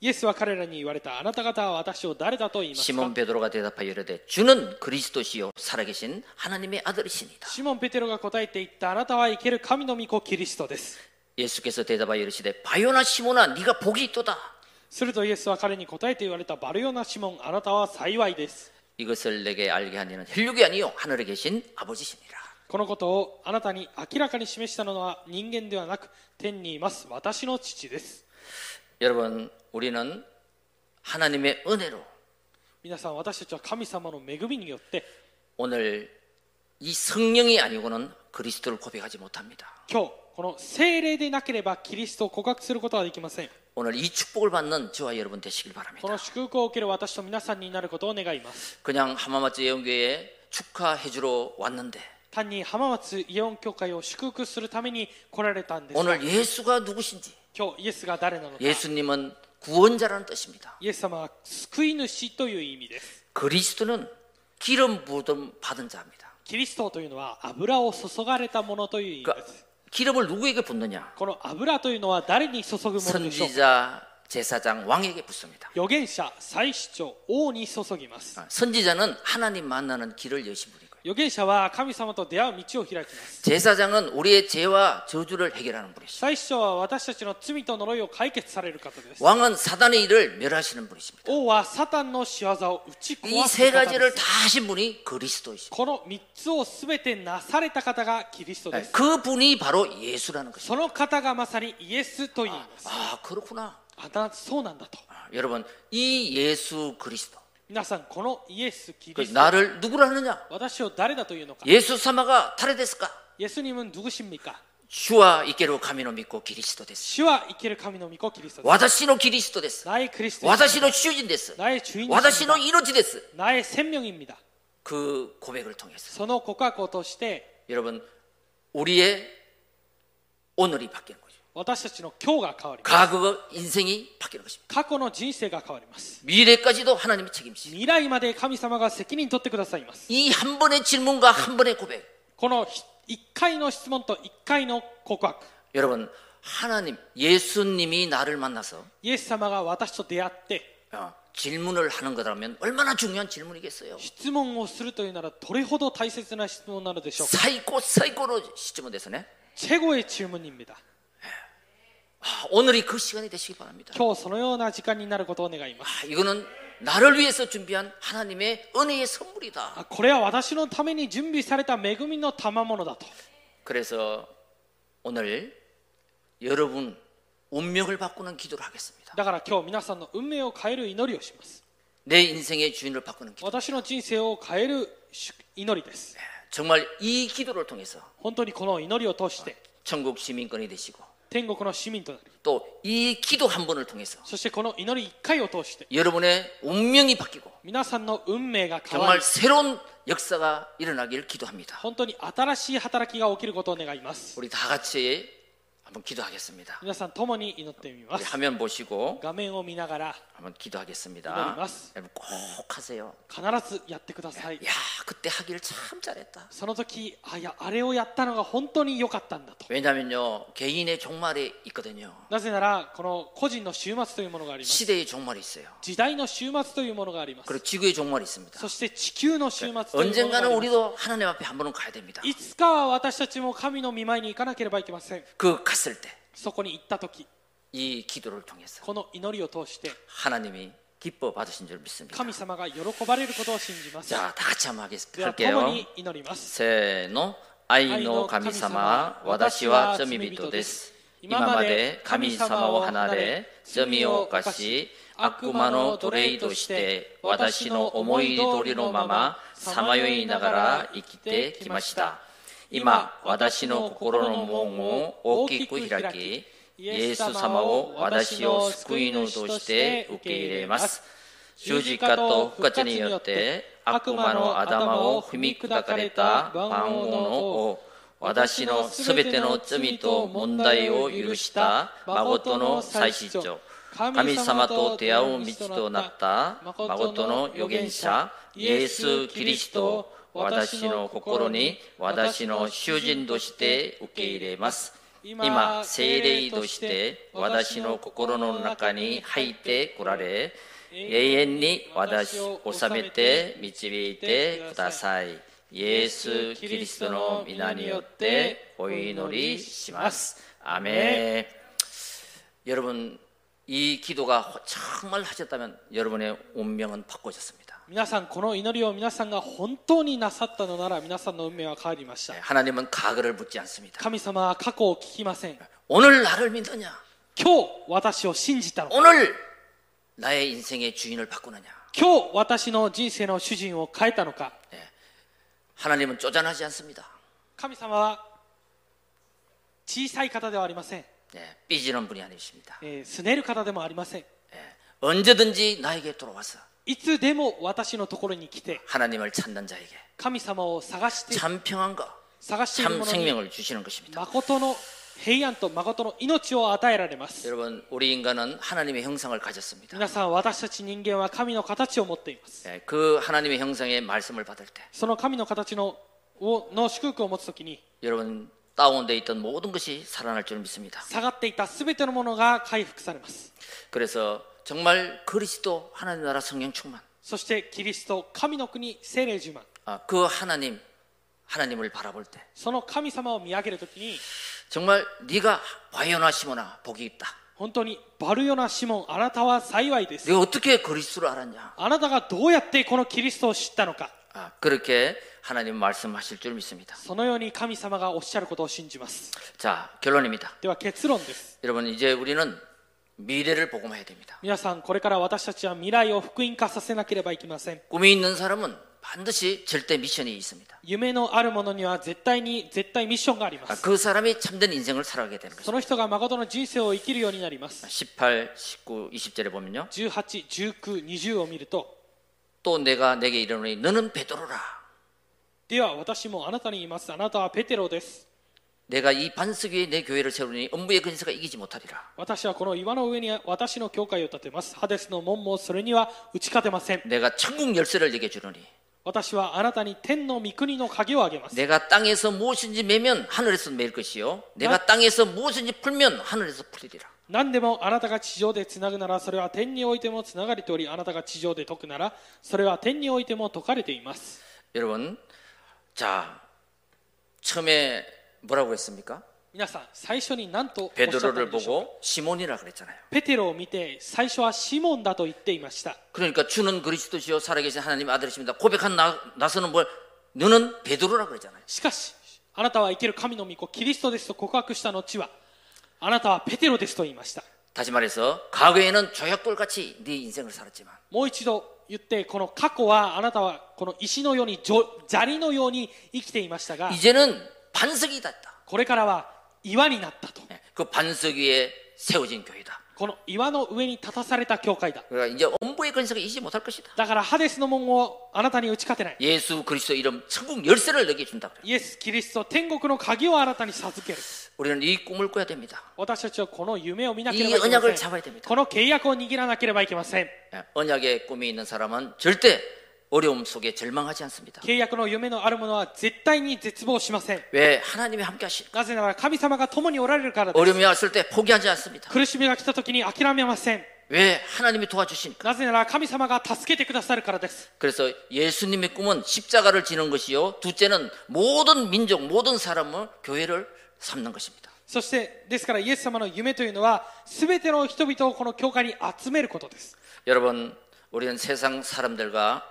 [SPEAKER 2] イエスは彼らに言われた。あなた方は私を誰だと言いますか
[SPEAKER 1] 시몬 베드로가 대답하여 이르되 주는 그리스도시요 살아계신 하나님의 아들이시니다.
[SPEAKER 2] シモン・ペテロが答えて言った。あなたは生ける神の御子キリストです。
[SPEAKER 1] 예수께서 대답하여 이르시되 바요나 시몬아 네가 복이 있도다.
[SPEAKER 2] するとイエスは彼に答えて言われた。バルヨナ・シモン、あなたは幸いです。
[SPEAKER 1] 이 이것을 내게 알게 한 이는 혈육이 아니요 하늘에 계신 아버지시니라.
[SPEAKER 2] このことをあなたに明らかに示したのは人間ではなく天にいます私の父です
[SPEAKER 1] 여러분 우리는 하나님의 은혜로
[SPEAKER 2] 皆さん私たちは神様の恵みによって
[SPEAKER 1] 오늘 이 성령이 아니고는 그리스도를 고백하지 못합니다.
[SPEAKER 2] 今日この聖霊でなければキリストを告白することはできません
[SPEAKER 1] 오늘 이 축복을 받는 저와 여러분 되시길
[SPEAKER 2] こ
[SPEAKER 1] 바랍니다.
[SPEAKER 2] の祝福を受ける私と皆さんになることを願います
[SPEAKER 1] 그냥 하마마츠 예언교회에 축하해주러 왔는데
[SPEAKER 2] 単に浜松イオン教会を祝福するために来られたんですが
[SPEAKER 1] 오늘 예수가 누구신지
[SPEAKER 2] 今日イエスが誰なのか
[SPEAKER 1] 예수님은 구원자라는 뜻입니다.
[SPEAKER 2] イエス様は救い主という意味です
[SPEAKER 1] 그리스도는 기름 부음 받은 자입니다.
[SPEAKER 2] キリストというのは油を注がれたものという意味で
[SPEAKER 1] 그러니까
[SPEAKER 2] す
[SPEAKER 1] 기름을 누구에게 붓느냐?
[SPEAKER 2] この油というのは誰に注ぐものでしょう
[SPEAKER 1] 선지자, 제사장, 왕에게 붓습니다.
[SPEAKER 2] 預言者祭司長王に注ぎます
[SPEAKER 1] 아, 선지자는 하나님 만나는 길을 여신 분이고요.
[SPEAKER 2] 預言者は神様と出会う道を開きます
[SPEAKER 1] 제사장은 우리의 죄와 저주를 해결하는 분이시죠.
[SPEAKER 2] 最初は私たちの罪と呪いを解決される方です
[SPEAKER 1] 왕은 사단의 일을 멸하시는 분이십니다.
[SPEAKER 2] 王はサタンの仕業を打ち壊
[SPEAKER 1] 이
[SPEAKER 2] す
[SPEAKER 1] 세
[SPEAKER 2] 方で
[SPEAKER 1] 가지를
[SPEAKER 2] す
[SPEAKER 1] 다 하신 분이 그리스도이십니다.
[SPEAKER 2] この3つを全てなされた方がキリストです
[SPEAKER 1] 그 분이 바로 예수라는 것입니다.
[SPEAKER 2] その方がまさにイエスと言います
[SPEAKER 1] 아 그렇구나.
[SPEAKER 2] あなそうなんだと
[SPEAKER 1] 아, 여러분 이 예수 그리스도
[SPEAKER 2] 皆さんこのイエスキ
[SPEAKER 1] 그
[SPEAKER 2] リスト
[SPEAKER 1] 나를 누구라 하느냐?
[SPEAKER 2] 私を誰だというのか
[SPEAKER 1] 예수 사마가 타레데스까
[SPEAKER 2] イエスにん누구십니까
[SPEAKER 1] 주와 이께로 가미노 믿고 그리스도 됐어.
[SPEAKER 2] 主は生ける神の御子キリストです
[SPEAKER 1] 와다시노 그리스도 됐어.
[SPEAKER 2] 나의 그리스도
[SPEAKER 1] 와다시노 주인 됐어.
[SPEAKER 2] 나의 주인이십니다.
[SPEAKER 1] 와다시노 이로지 됐어.
[SPEAKER 2] 나의 생명입니다.
[SPEAKER 1] 그 고백을 통해서
[SPEAKER 2] その告白を通して
[SPEAKER 1] 여러분 우리의 오늘이 바뀌는 거죠.
[SPEAKER 2] 私たちの今日が変わります。
[SPEAKER 1] 과거 인생이 바뀌는 것입니다.
[SPEAKER 2] 過去の人生が変わります。
[SPEAKER 1] 미래까지도 하나님이 책임지시.
[SPEAKER 2] 未来まで神様が責任取ってくださいます。
[SPEAKER 1] 이 한 번의 질문과 한 번의 고백.
[SPEAKER 2] このひ一回の質問と一回の告白。
[SPEAKER 1] 여러분 하나님 예수님이 나를 만나서
[SPEAKER 2] イエス様が私と出会って
[SPEAKER 1] 어, 질문을 하는 거라면 얼마나 중요한 질문이겠어요.
[SPEAKER 2] 質問をするというならどれほど大切な質問なのでしょうか。
[SPEAKER 1] 사이코 사이코로 질문돼서네.
[SPEAKER 2] 최고의 질문입니다.
[SPEAKER 1] 아, 오늘이 그 시간이 되시기 바랍니다.
[SPEAKER 2] 今日そのような時間になることを願います。
[SPEAKER 1] 아, 이거는 나를 위해서 준비한 하나님의 은혜의 선물이다.
[SPEAKER 2] あこれは私のために準備された恵みの賜物だと。
[SPEAKER 1] 그래서 오늘 여러분 운명을 바꾸는 기도를 하겠습니다.
[SPEAKER 2] だから今日皆さんの運命を変える祈りをします。
[SPEAKER 1] 내 인생의 주인을 바꾸는 기도.
[SPEAKER 2] 私の人生を変える祈りです。
[SPEAKER 1] 정말 이 기도를 통해서
[SPEAKER 2] 本当にこの祈りを通して
[SPEAKER 1] 천국 시민권이 되시고
[SPEAKER 2] 天国の市民となり、
[SPEAKER 1] 또 이 기도 한 번을 통해서
[SPEAKER 2] そしてこの祈り一回を通して
[SPEAKER 1] 여러분의 운명이 바뀌고
[SPEAKER 2] 皆さんの運命が変わ
[SPEAKER 1] 정말
[SPEAKER 2] り、
[SPEAKER 1] 새로운 역사가 일어나길 기도합니다.
[SPEAKER 2] 本当に新しい働きが起きることを願います。
[SPEAKER 1] 우리 다 같이 한번 기도하겠습니다.
[SPEAKER 2] 皆さん共に祈ってみま
[SPEAKER 1] 우리
[SPEAKER 2] す。
[SPEAKER 1] 화면 보시고
[SPEAKER 2] 画面を見ながら
[SPEAKER 1] 한번 기도하겠습니다.
[SPEAKER 2] 기도합니다.
[SPEAKER 1] 여러분 꼭 하세요.
[SPEAKER 2] 必ずやってください。
[SPEAKER 1] 야 그때 하기를 참 잘했다.
[SPEAKER 2] その時、あいやあれをやったのが本当に良かったんだと。
[SPEAKER 1] 왜냐하면요 개인의 종말이 있거든요.
[SPEAKER 2] なぜならこの個人の終末というものがあります。
[SPEAKER 1] 시대의 종말이 있어요.
[SPEAKER 2] 時代の終末というものがあります。
[SPEAKER 1] 그리고 지구의 종말이 있습니다.
[SPEAKER 2] そして地球の終末というものが
[SPEAKER 1] 언젠가는
[SPEAKER 2] あります。
[SPEAKER 1] 우리도 하나님 앞에 한 번은 가야 됩니다.
[SPEAKER 2] いつかは私たちも神の御前に行かなければいけません。
[SPEAKER 1] 그 갔을
[SPEAKER 2] そこに行った時、
[SPEAKER 1] 때 이 기도를 통해서
[SPEAKER 2] この祈りを通して
[SPEAKER 1] 하나님이 기뻐 받으신 줄 믿습니다.
[SPEAKER 2] 神様が喜ばれることを信じます。
[SPEAKER 1] 자, 다 같이 한번
[SPEAKER 2] で
[SPEAKER 1] 하겠습니다.
[SPEAKER 2] は共
[SPEAKER 1] 할게요.
[SPEAKER 2] に祈ります。
[SPEAKER 1] せーの愛の神様私は罪人です今まで神様を離れ罪を犯し悪魔の奴隷として私の思い通りのままさまよいながら生きてきました今私の心の門を大きく開きイエス様を私を救い主として受け入れます十字架と復活によって悪魔の頭を踏み砕かれた万王の王私のすべての罪と問題を許した誠の祭司長神様と出会う道となった誠の預言者イエス・キリスト私の心に私の囚人として受け入れます今精霊として私の心の中に入ってこられ永遠に私を治めて導いてくださいイエス・キリストの皆によってお祈りしますアメン여러분이 기도가 정말 하셨다면 여러분의 운명은 바꿔졌습니다
[SPEAKER 2] 皆皆さんこの祈りを皆さんが本当になさったのなら皆さんの運命は変わりました
[SPEAKER 1] 예 하나님은 과거를 묻지 않습니다.
[SPEAKER 2] 神様は過去を聞きません
[SPEAKER 1] 오늘 나를 믿느냐?
[SPEAKER 2] 今日私を信じたのか
[SPEAKER 1] 오늘 나의 인생의 주인을 바꾸느냐?
[SPEAKER 2] 今日私の人生の主人を変えたのか
[SPEAKER 1] 하나님은 쪼잔하지 않습니다.
[SPEAKER 2] 神様は小さい方ではありません、
[SPEAKER 1] 예, 삐지는 분이 아니십니다.
[SPEAKER 2] えーすねる方でもありません
[SPEAKER 1] 예, 언제든지 나에게 돌아와서
[SPEAKER 2] いつでも私のところに来て
[SPEAKER 1] 하나님을 찾는 자에게
[SPEAKER 2] 神様を探して
[SPEAKER 1] 참 평안과
[SPEAKER 2] 探している
[SPEAKER 1] 참
[SPEAKER 2] ものに
[SPEAKER 1] 생명을 주시는 것입니다.
[SPEAKER 2] 誠の平安と誠の命を与えられます
[SPEAKER 1] 여러분, 우리 인간은 하나님의 형상을 가졌습니다.
[SPEAKER 2] 皆さん私たち人間は神の形を持っています
[SPEAKER 1] 예, 그 하나님의 형상의 말씀을 받을 때
[SPEAKER 2] その神の形のをの祝福を持つ時に
[SPEAKER 1] 여러분 다운돼 있던 모든 것이 살아날 줄 믿습니다.
[SPEAKER 2] 下がっていた全てのものが回復されます
[SPEAKER 1] 그래서 정말 그리스도 하나님 나라 성령 충만
[SPEAKER 2] そしてキリスト神の国聖霊十万
[SPEAKER 1] 아, 그 하나님 하나님을 바라볼 때
[SPEAKER 2] その神様を見上げる時に
[SPEAKER 1] 정말 네가 과연하 시모나 복이 있다.
[SPEAKER 2] 本当にバルヨナ・シモンあなたは幸いです
[SPEAKER 1] 네가 어떻게 그리스도를 알았냐?
[SPEAKER 2] あなたがどうやってこのキリストを知ったのか
[SPEAKER 1] 아, 그렇게 하나님 말씀하실 줄 믿습니다.
[SPEAKER 2] そのように神様がおっしゃることを信じます
[SPEAKER 1] 자 결론입니다.
[SPEAKER 2] では結論です
[SPEAKER 1] 여러분 이제 우리는 미래를 복음화해야 됩니다.
[SPEAKER 2] 皆さんこれから私たちは未来を福音化させなければいけません
[SPEAKER 1] 꿈이 있는 사람은 반드시 절대 미션이 있습니다.
[SPEAKER 2] 夢のあるものには絶対に絶対ミッションがありま
[SPEAKER 1] 아,
[SPEAKER 2] す
[SPEAKER 1] 그 사람이 참된 인생을 살아가게 되는 것입니다.
[SPEAKER 2] その人が誠の人生を生きるようになります
[SPEAKER 1] 18, 19, 20절에 보면요.
[SPEAKER 2] 181920を見ると
[SPEAKER 1] 또 내가 내게 이르노니 너는 베드로라.
[SPEAKER 2] では私もあなたに言いますあなたはペテロです
[SPEAKER 1] 내가 이 반석 위에 내 교회를 세우니 음부의 근세가 이기지 못하리라.
[SPEAKER 2] 私はこの岩の上に私の教会を建てますハデスの門もそれには打ち勝てません
[SPEAKER 1] 내가 천국 열쇠를 내게 주노니
[SPEAKER 2] 私はあなたに天の御国の鍵をあげます
[SPEAKER 1] 내가 땅에서 무엇인지 매면 하늘에서 매일 것이요. 내가 땅에서 무엇인지 풀면 하늘에서 풀리리라.
[SPEAKER 2] 何でもあなたが地上でつなぐならそれは天においてもつながれておりあなたが地上で解くならそれは天においても解かれています
[SPEAKER 1] 여러분, 자 처음에 뭐라고 했습니까?
[SPEAKER 2] 皆さん最初に何とおっしゃったの
[SPEAKER 1] 베드로를
[SPEAKER 2] でしょう
[SPEAKER 1] 보고 시몬이라 그랬잖아요.
[SPEAKER 2] ペテロを見て最初はシモンだと言っていました
[SPEAKER 1] 그러니까 주는 그리스도시요 살아계신 하나님 아들이십니다. 고백한 나, 나서는 뭘 너는 베드로라 그랬잖아요.
[SPEAKER 2] しかしあなたは生ける神の御子キリストですと告白した後はあなたはペテロですと言いました
[SPEAKER 1] 다시 말해서 과거에는 조약돌 같이 네 인생을 살았지만
[SPEAKER 2] もう一度言ってこの過去はあなたはこの石のようにじょ砂利のように生きていましたが
[SPEAKER 1] 이제는 반석이 됐다.
[SPEAKER 2] これからは岩になったと
[SPEAKER 1] 예, 그 반석 위에 세워진 교회다.
[SPEAKER 2] この岩の上に立たされた教会だ
[SPEAKER 1] 그러니까 이제 엄부의 근세가 이지 못할 것이다.
[SPEAKER 2] だからハデスの門をあなたに打ち勝てない
[SPEAKER 1] 예수 그리스도 이름 천국 열쇠를 너에게 준다 그래요.
[SPEAKER 2] イエス・キリスト天国の鍵をあなたに授ける
[SPEAKER 1] 우리는 이 꿈을 꿔야 됩니다.
[SPEAKER 2] 私たちはこの夢を見なければいけ
[SPEAKER 1] いい
[SPEAKER 2] ま
[SPEAKER 1] 언약을잡아야
[SPEAKER 2] せ
[SPEAKER 1] 됩니
[SPEAKER 2] ん
[SPEAKER 1] 다
[SPEAKER 2] この契約を握らなければいけません
[SPEAKER 1] 예, 언약의 꿈이 있는 사람은 절대 어려움 속에 절망하지 않습니다.
[SPEAKER 2] 契約の夢のあるものは絶対に絶望しません
[SPEAKER 1] 왜 하나님이 함께 하시?
[SPEAKER 2] なぜなら神様が共におられるからです
[SPEAKER 1] 어려움이 왔을 때 포기하지 않습니다.
[SPEAKER 2] 苦しみが来た時に諦めません
[SPEAKER 1] 왜 하나님이 도와주시니까?
[SPEAKER 2] なぜなら神様が助けてくださるからです
[SPEAKER 1] 그래서 예수님의 꿈은 십자가를 지는 것이요. 둘째는 모든 민족, 모든 사람을 교회를 삼는 것입니다.
[SPEAKER 2] そしてですからイエス様の夢というのは全ての人々をこの教会に集めることです
[SPEAKER 1] 여러분, 우리는 세상 사람들과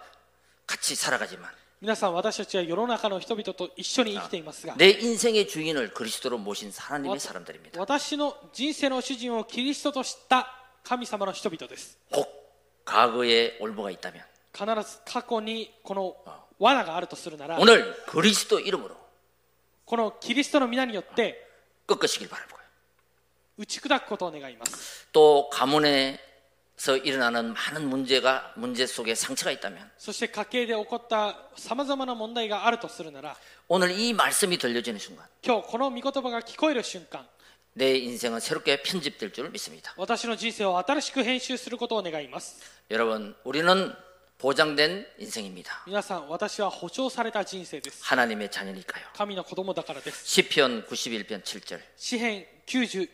[SPEAKER 1] 같이 살아가지만
[SPEAKER 2] 皆さん私たちは世の中の人々と一緒に生きていますが
[SPEAKER 1] 내 인생의 주인을 그리스도로 모신 하나님의 사람들입니다.
[SPEAKER 2] 私の人生の主人をキリストと知った神様の人々です
[SPEAKER 1] 혹 과거에 올무가 있다면
[SPEAKER 2] 必ず過去にこの罠があるとするなら
[SPEAKER 1] 오늘 그리스도 이름으로
[SPEAKER 2] このキリストの皆によって
[SPEAKER 1] 꺾으시길 바라고요.
[SPEAKER 2] 打ち砕くことを願います
[SPEAKER 1] 또 가문에서 일어나는 많은 문제가 문제 속에 상처가 있다면
[SPEAKER 2] そして家計で起こったさまざまな問題があるとするなら
[SPEAKER 1] 오늘 이 말씀이 들려지는 순간
[SPEAKER 2] 今日この御言葉が聞こえる瞬間
[SPEAKER 1] 내 인생은 새롭게 편집될 줄 믿습니다.
[SPEAKER 2] 私の人生を新しく編集することを願います
[SPEAKER 1] 여러분, 우리는 보장된 인생입니다.
[SPEAKER 2] 皆さん私は保証された人生です
[SPEAKER 1] 하나님의 자녀니까요.
[SPEAKER 2] 神の子供だからです
[SPEAKER 1] 시편 91편 7절.
[SPEAKER 2] 詩編91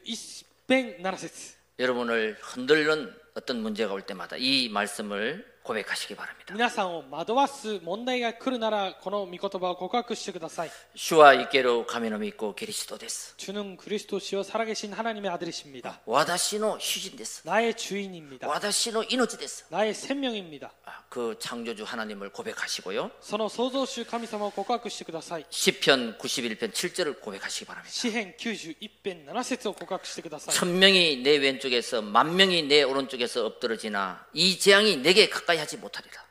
[SPEAKER 2] 編7節
[SPEAKER 1] 여러분을 흔들는 어떤 문제가 올 때마다 이 말씀을 고백하시기 바랍니다.
[SPEAKER 2] 皆さんを惑わす問題が来るならこの御言葉を告白してください
[SPEAKER 1] 주와 이께로 가면을 믿고 그리스도 です。
[SPEAKER 2] 주는 그리스도시요 살아계신 하나님의 아들이십니다
[SPEAKER 1] 私の主人です。
[SPEAKER 2] 나의 주인입니다
[SPEAKER 1] 私の命です。
[SPEAKER 2] 나의 생명입니다
[SPEAKER 1] 아, 그 창조주 하나님을 고백하시고요.
[SPEAKER 2] その創造主神様を告白してください
[SPEAKER 1] 시편 91편 7절을 고백하시기 바랍니다.
[SPEAKER 2] 詩編91編7節を告白してください
[SPEAKER 1] 천 명이 내 왼쪽에서 만 명이 내 오른쪽에서 엎드러지나 이 재앙이 내게 가까이 하지 못하리라.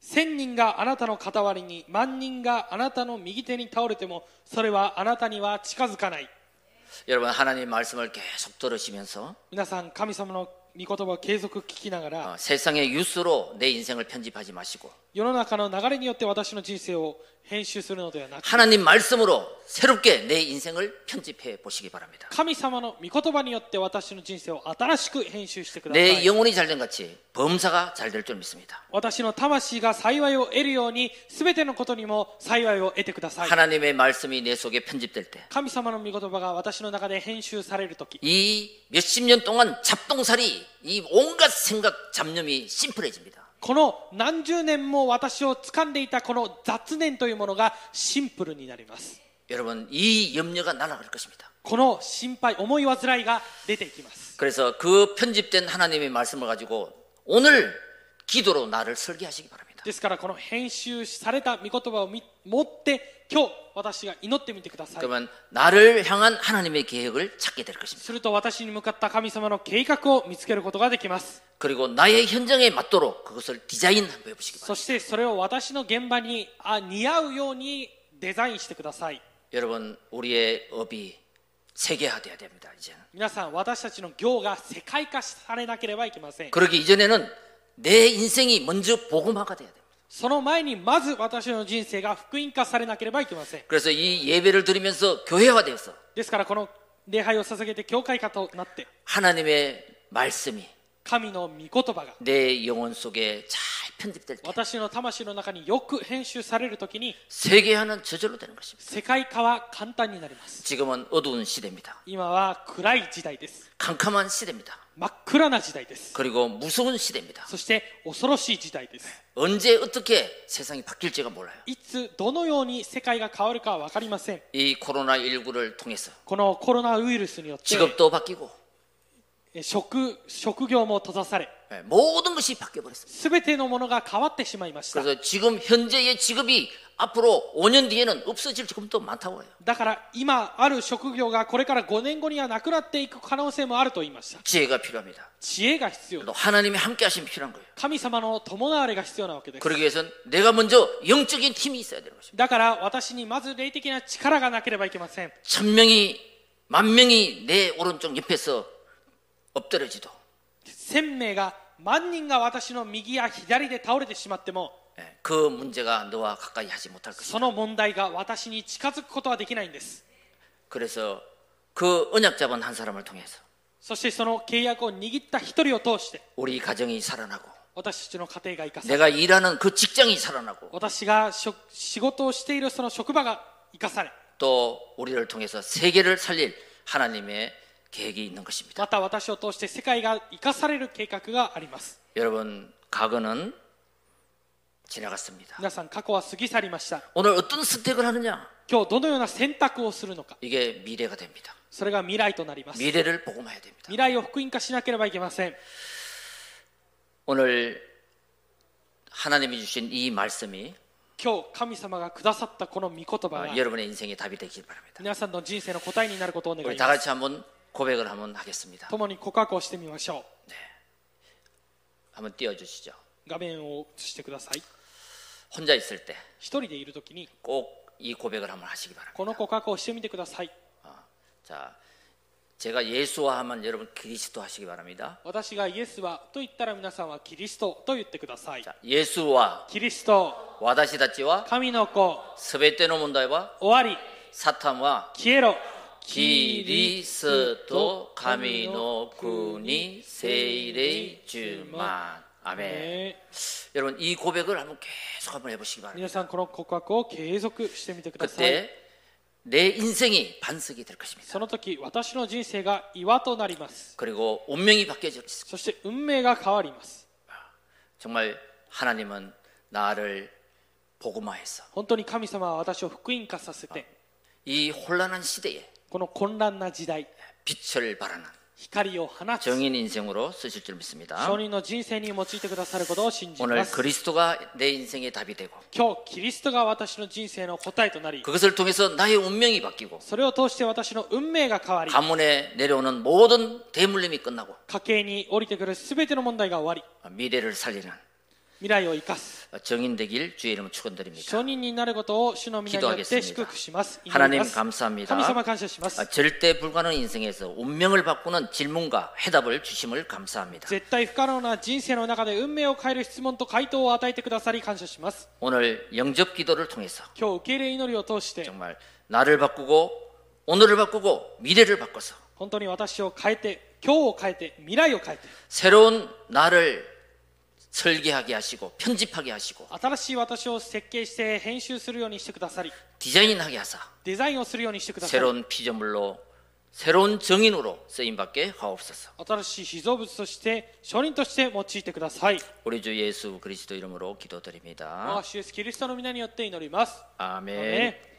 [SPEAKER 2] 千人があなたの傍りに万人があなたの右手に倒れてもそれはあなたには近づかない
[SPEAKER 1] 여러분 하나님 말씀을 계속 들으시면서
[SPEAKER 2] 皆さん神様の御言葉を継続聞きながら
[SPEAKER 1] 어, 세상의 뉴스로 내 인생을 편집하지 마시고
[SPEAKER 2] 世の中の流れによって私の人生を編集するのではなく
[SPEAKER 1] 하나님 말씀으로 새롭게 내 인생을 편집해 보시기 바랍니다.
[SPEAKER 2] 神様の御言葉によって私の人生を新しく編集してくださ
[SPEAKER 1] 내
[SPEAKER 2] い
[SPEAKER 1] 영혼이 잘된 같이 범사가 잘 될 줄 믿습니다.
[SPEAKER 2] 私の魂が幸いを得るように全てのことにも幸いを得てください
[SPEAKER 1] 하나님의 말씀이 내 속에 편집될 때
[SPEAKER 2] 神様の御言葉が私の中で編集される時
[SPEAKER 1] 이 몇십 년 동안 잡동사리 이 온갖 생각 잡념이 심플해집니다.
[SPEAKER 2] この何十年も私を掴んでいたこの雑念というものがシンプルになります
[SPEAKER 1] 여러분 이 염려가 날아갈 것입니다.
[SPEAKER 2] この心配思い煩いが出ていきます
[SPEAKER 1] 그래서 그 편집된 하나님의 말씀을 가지고 오늘 기도로 나를 설계하시기 바랍니다.
[SPEAKER 2] ですからこの編集された御言葉をみ持って今日私が祈ってみてください
[SPEAKER 1] 그러면 나를 향한 하나님의 계획을 찾게 될 것입니다.
[SPEAKER 2] すると私に向かった神様の計画を見つけることができます
[SPEAKER 1] 그리고 나의 현장에 맞도록 그것을 디자인 한번 해보시기 바랍니다.
[SPEAKER 2] そしてそれを私の現場にあ似合うようにデザインしてください
[SPEAKER 1] 여러분 우리의 업이 세계화돼야 됩니다. 이제는
[SPEAKER 2] 皆さん私たちの行が世界化されなければいけません
[SPEAKER 1] 그러기 이전에는 내 인생이 먼저 복음화가 돼야 됩니다.
[SPEAKER 2] その前にまず私の人生が福音化されなければいけません
[SPEAKER 1] 그래서 이 예배를 드리면서 교회화 되어서
[SPEAKER 2] ですからこの礼拝を捧げて教会化となって
[SPEAKER 1] 하나님의 말씀이
[SPEAKER 2] 神の御言葉が
[SPEAKER 1] 내 영혼 속에 잘 편집될 때
[SPEAKER 2] 私の魂の中によく編集されるときに
[SPEAKER 1] 세계화는 저절로 되는 것입니다.
[SPEAKER 2] 世界化は簡単になります
[SPEAKER 1] 지금은 어두운 시대입니다.
[SPEAKER 2] 今は暗い時代です
[SPEAKER 1] 캄캄한 시대입니다.
[SPEAKER 2] 真っ暗な時代です
[SPEAKER 1] 그리고 무서운 시대입니다.
[SPEAKER 2] そして恐ろしい時代です
[SPEAKER 1] 언제 어떻게 세상이 바뀔지가 몰라요.
[SPEAKER 2] いつどのように世界が変わるかは分かりません
[SPEAKER 1] 이 코로나19를 통해서
[SPEAKER 2] このコロナウイルスによって
[SPEAKER 1] 직업도 바뀌고
[SPEAKER 2] え職職業も閉ざされ
[SPEAKER 1] 예, 모든 것이 바뀌어버렸습니다.
[SPEAKER 2] 全てのものが変わってしまいました
[SPEAKER 1] 그래서 지금 현재의 직업이 앞으로 5년 뒤에는 없어질 직업도 많다고 해요.
[SPEAKER 2] だから今ある職業がこれから5年後にはなくなっていく可能性もあると言いました
[SPEAKER 1] 지혜가 필요합니다.
[SPEAKER 2] 知恵が必要
[SPEAKER 1] 또 하나님이 함께 하시면 필요한 거예요.
[SPEAKER 2] 神様の伴われが必要なわけです
[SPEAKER 1] 그러기 위해서는 내가 먼저 영적인 팀이 있어야 되는 것입니다.
[SPEAKER 2] だから私にまず霊的な力がなければいけません
[SPEAKER 1] 천 명이 만 명이 내 오른쪽 옆에서 엎드려지도
[SPEAKER 2] 1000名が万人が私の右や左で倒れてしまっても
[SPEAKER 1] 예, 그 문제가 너와 가까이 하지 못할 것입니다.
[SPEAKER 2] その問題が私に近づくことはできないんです
[SPEAKER 1] 그래서 그 언약 잡은 한 사람을 통해서
[SPEAKER 2] そしてその契約を握った一人を通して
[SPEAKER 1] 우리 가정이 살아나고
[SPEAKER 2] 私たちの家庭が生かされ
[SPEAKER 1] 내가 일하는 그 직장이 살아나고
[SPEAKER 2] 私がしょ仕事をしているその職場が生かされ
[SPEAKER 1] 또 우리를 통해서 세계를 살릴 하나님의 계획이 있는 것입니다.
[SPEAKER 2] また私を通して世界が生かされる計画があります
[SPEAKER 1] 여러분 과거는 지나갔습니다.
[SPEAKER 2] 皆さん過去は過ぎ去りました
[SPEAKER 1] 오늘 어떤 선택을 하느냐
[SPEAKER 2] 今日どのような選択をするのか
[SPEAKER 1] 이게 미래가 됩니다.
[SPEAKER 2] それが未来となります
[SPEAKER 1] 미래를 복음화해야 됩니다.
[SPEAKER 2] 未来を福音化しなければいけません
[SPEAKER 1] 오늘 하나님이 주신 이 말씀이
[SPEAKER 2] 今日神様がくださったこの御言葉
[SPEAKER 1] 어,
[SPEAKER 2] が
[SPEAKER 1] 여러분의 인생의 답이 되길 바랍니다.
[SPEAKER 2] 皆さんの人生の答えになることをお願い
[SPEAKER 1] 우리
[SPEAKER 2] し
[SPEAKER 1] 다
[SPEAKER 2] ま
[SPEAKER 1] 같이
[SPEAKER 2] す
[SPEAKER 1] 한번 고백을 한번 하겠습니다.
[SPEAKER 2] 共に告白をしてみましょ
[SPEAKER 1] 한번 띄워 주시죠.
[SPEAKER 2] う画面を映してください
[SPEAKER 1] 혼자 있을
[SPEAKER 2] 一人でいるときに
[SPEAKER 1] 때 꼭 이 고백을 한번 하시기
[SPEAKER 2] こ
[SPEAKER 1] 바랍니다.
[SPEAKER 2] の告白をしてみてください
[SPEAKER 1] 어, 자, 제가 예수와 하면 여러분 그리스도 하시기 바랍니다.
[SPEAKER 2] 私がイエスはと言ったら皆さんはキリストと言ってください
[SPEAKER 1] 자, 예수와
[SPEAKER 2] キリスト
[SPEAKER 1] 와다시다치와
[SPEAKER 2] 神の子
[SPEAKER 1] 스베테노문다이와
[SPEAKER 2] 終わり
[SPEAKER 1] 사탄과
[SPEAKER 2] 消えろ
[SPEAKER 1] 기리스도 가미노 군이 세일의 주만 아멘.
[SPEAKER 2] ね
[SPEAKER 1] 여러분 이 고백을 한번 계속 한번 해보시기 바랍니다.
[SPEAKER 2] 皆さんこの告白を継続してみてください
[SPEAKER 1] 그때 내 인생이 반석이 될 것입니다.
[SPEAKER 2] その時私の人生が岩となります
[SPEAKER 1] 그리고 운명이 바뀌어질 것입니다.
[SPEAKER 2] そして運命が変わります
[SPEAKER 1] 정말 하나님은 나를 복음화해서
[SPEAKER 2] 本当に神様は私を福音化させて
[SPEAKER 1] 이 혼란한 시대에
[SPEAKER 2] この混乱な時代
[SPEAKER 1] 빛을 발하는
[SPEAKER 2] 光を放つ
[SPEAKER 1] 정인 인생으로 쓰실 줄 믿습니다.
[SPEAKER 2] 商人の人生に用いてくださることを信じ
[SPEAKER 1] 오늘
[SPEAKER 2] ます
[SPEAKER 1] 그리스도가 내 인생의 답이 되고
[SPEAKER 2] 今日キリストが私の人生の答えとなり
[SPEAKER 1] 그것을 통해서 나의 운명이 바뀌고
[SPEAKER 2] それを通して私の運命が変わり
[SPEAKER 1] 가문에 내려오는 모든 대물림이 끝나고
[SPEAKER 2] 家計に降りてくる全ての問題が終わ
[SPEAKER 1] 미래를 살리는
[SPEAKER 2] り未来を生かす
[SPEAKER 1] 정인되길 주의 이름 축원드립니다.
[SPEAKER 2] 商人になることを主の皆によって祝福します祈り
[SPEAKER 1] 하나님
[SPEAKER 2] ます神
[SPEAKER 1] 감사합니다.
[SPEAKER 2] 様感謝します
[SPEAKER 1] 아, 절대 불가능 인생에서 운명을 바꾸는 질문과 해답을 주심을 감사합니다.
[SPEAKER 2] 絶対不可能な人生の中で運命を変える質問と回答を与えてくださり感謝します
[SPEAKER 1] 오늘 영접 기도를 통해서
[SPEAKER 2] 今日受け入れ祈りを通して
[SPEAKER 1] 정말 나를 바꾸고 오늘을 바꾸고 미래를 바꿔서
[SPEAKER 2] 本当に私を変えて今日を変えて未来を変えて
[SPEAKER 1] 새로운 나를 설계하게 하시고 편집하게 하시고
[SPEAKER 2] 新しい私を設計して編集するようにしてくださり
[SPEAKER 1] 디자인하게 하사
[SPEAKER 2] デザインをするようにしてくださり
[SPEAKER 1] 새로운 피조물로 새로운 정인으로 쓰임받게 하옵소서.
[SPEAKER 2] 新しい被造物として商人として用いてください
[SPEAKER 1] 우리 주 예수 그리스도 이름으로
[SPEAKER 2] 我
[SPEAKER 1] 기도드립니다.
[SPEAKER 2] は主イエスキリストの皆によって祈ります
[SPEAKER 1] 아멘.
[SPEAKER 2] ね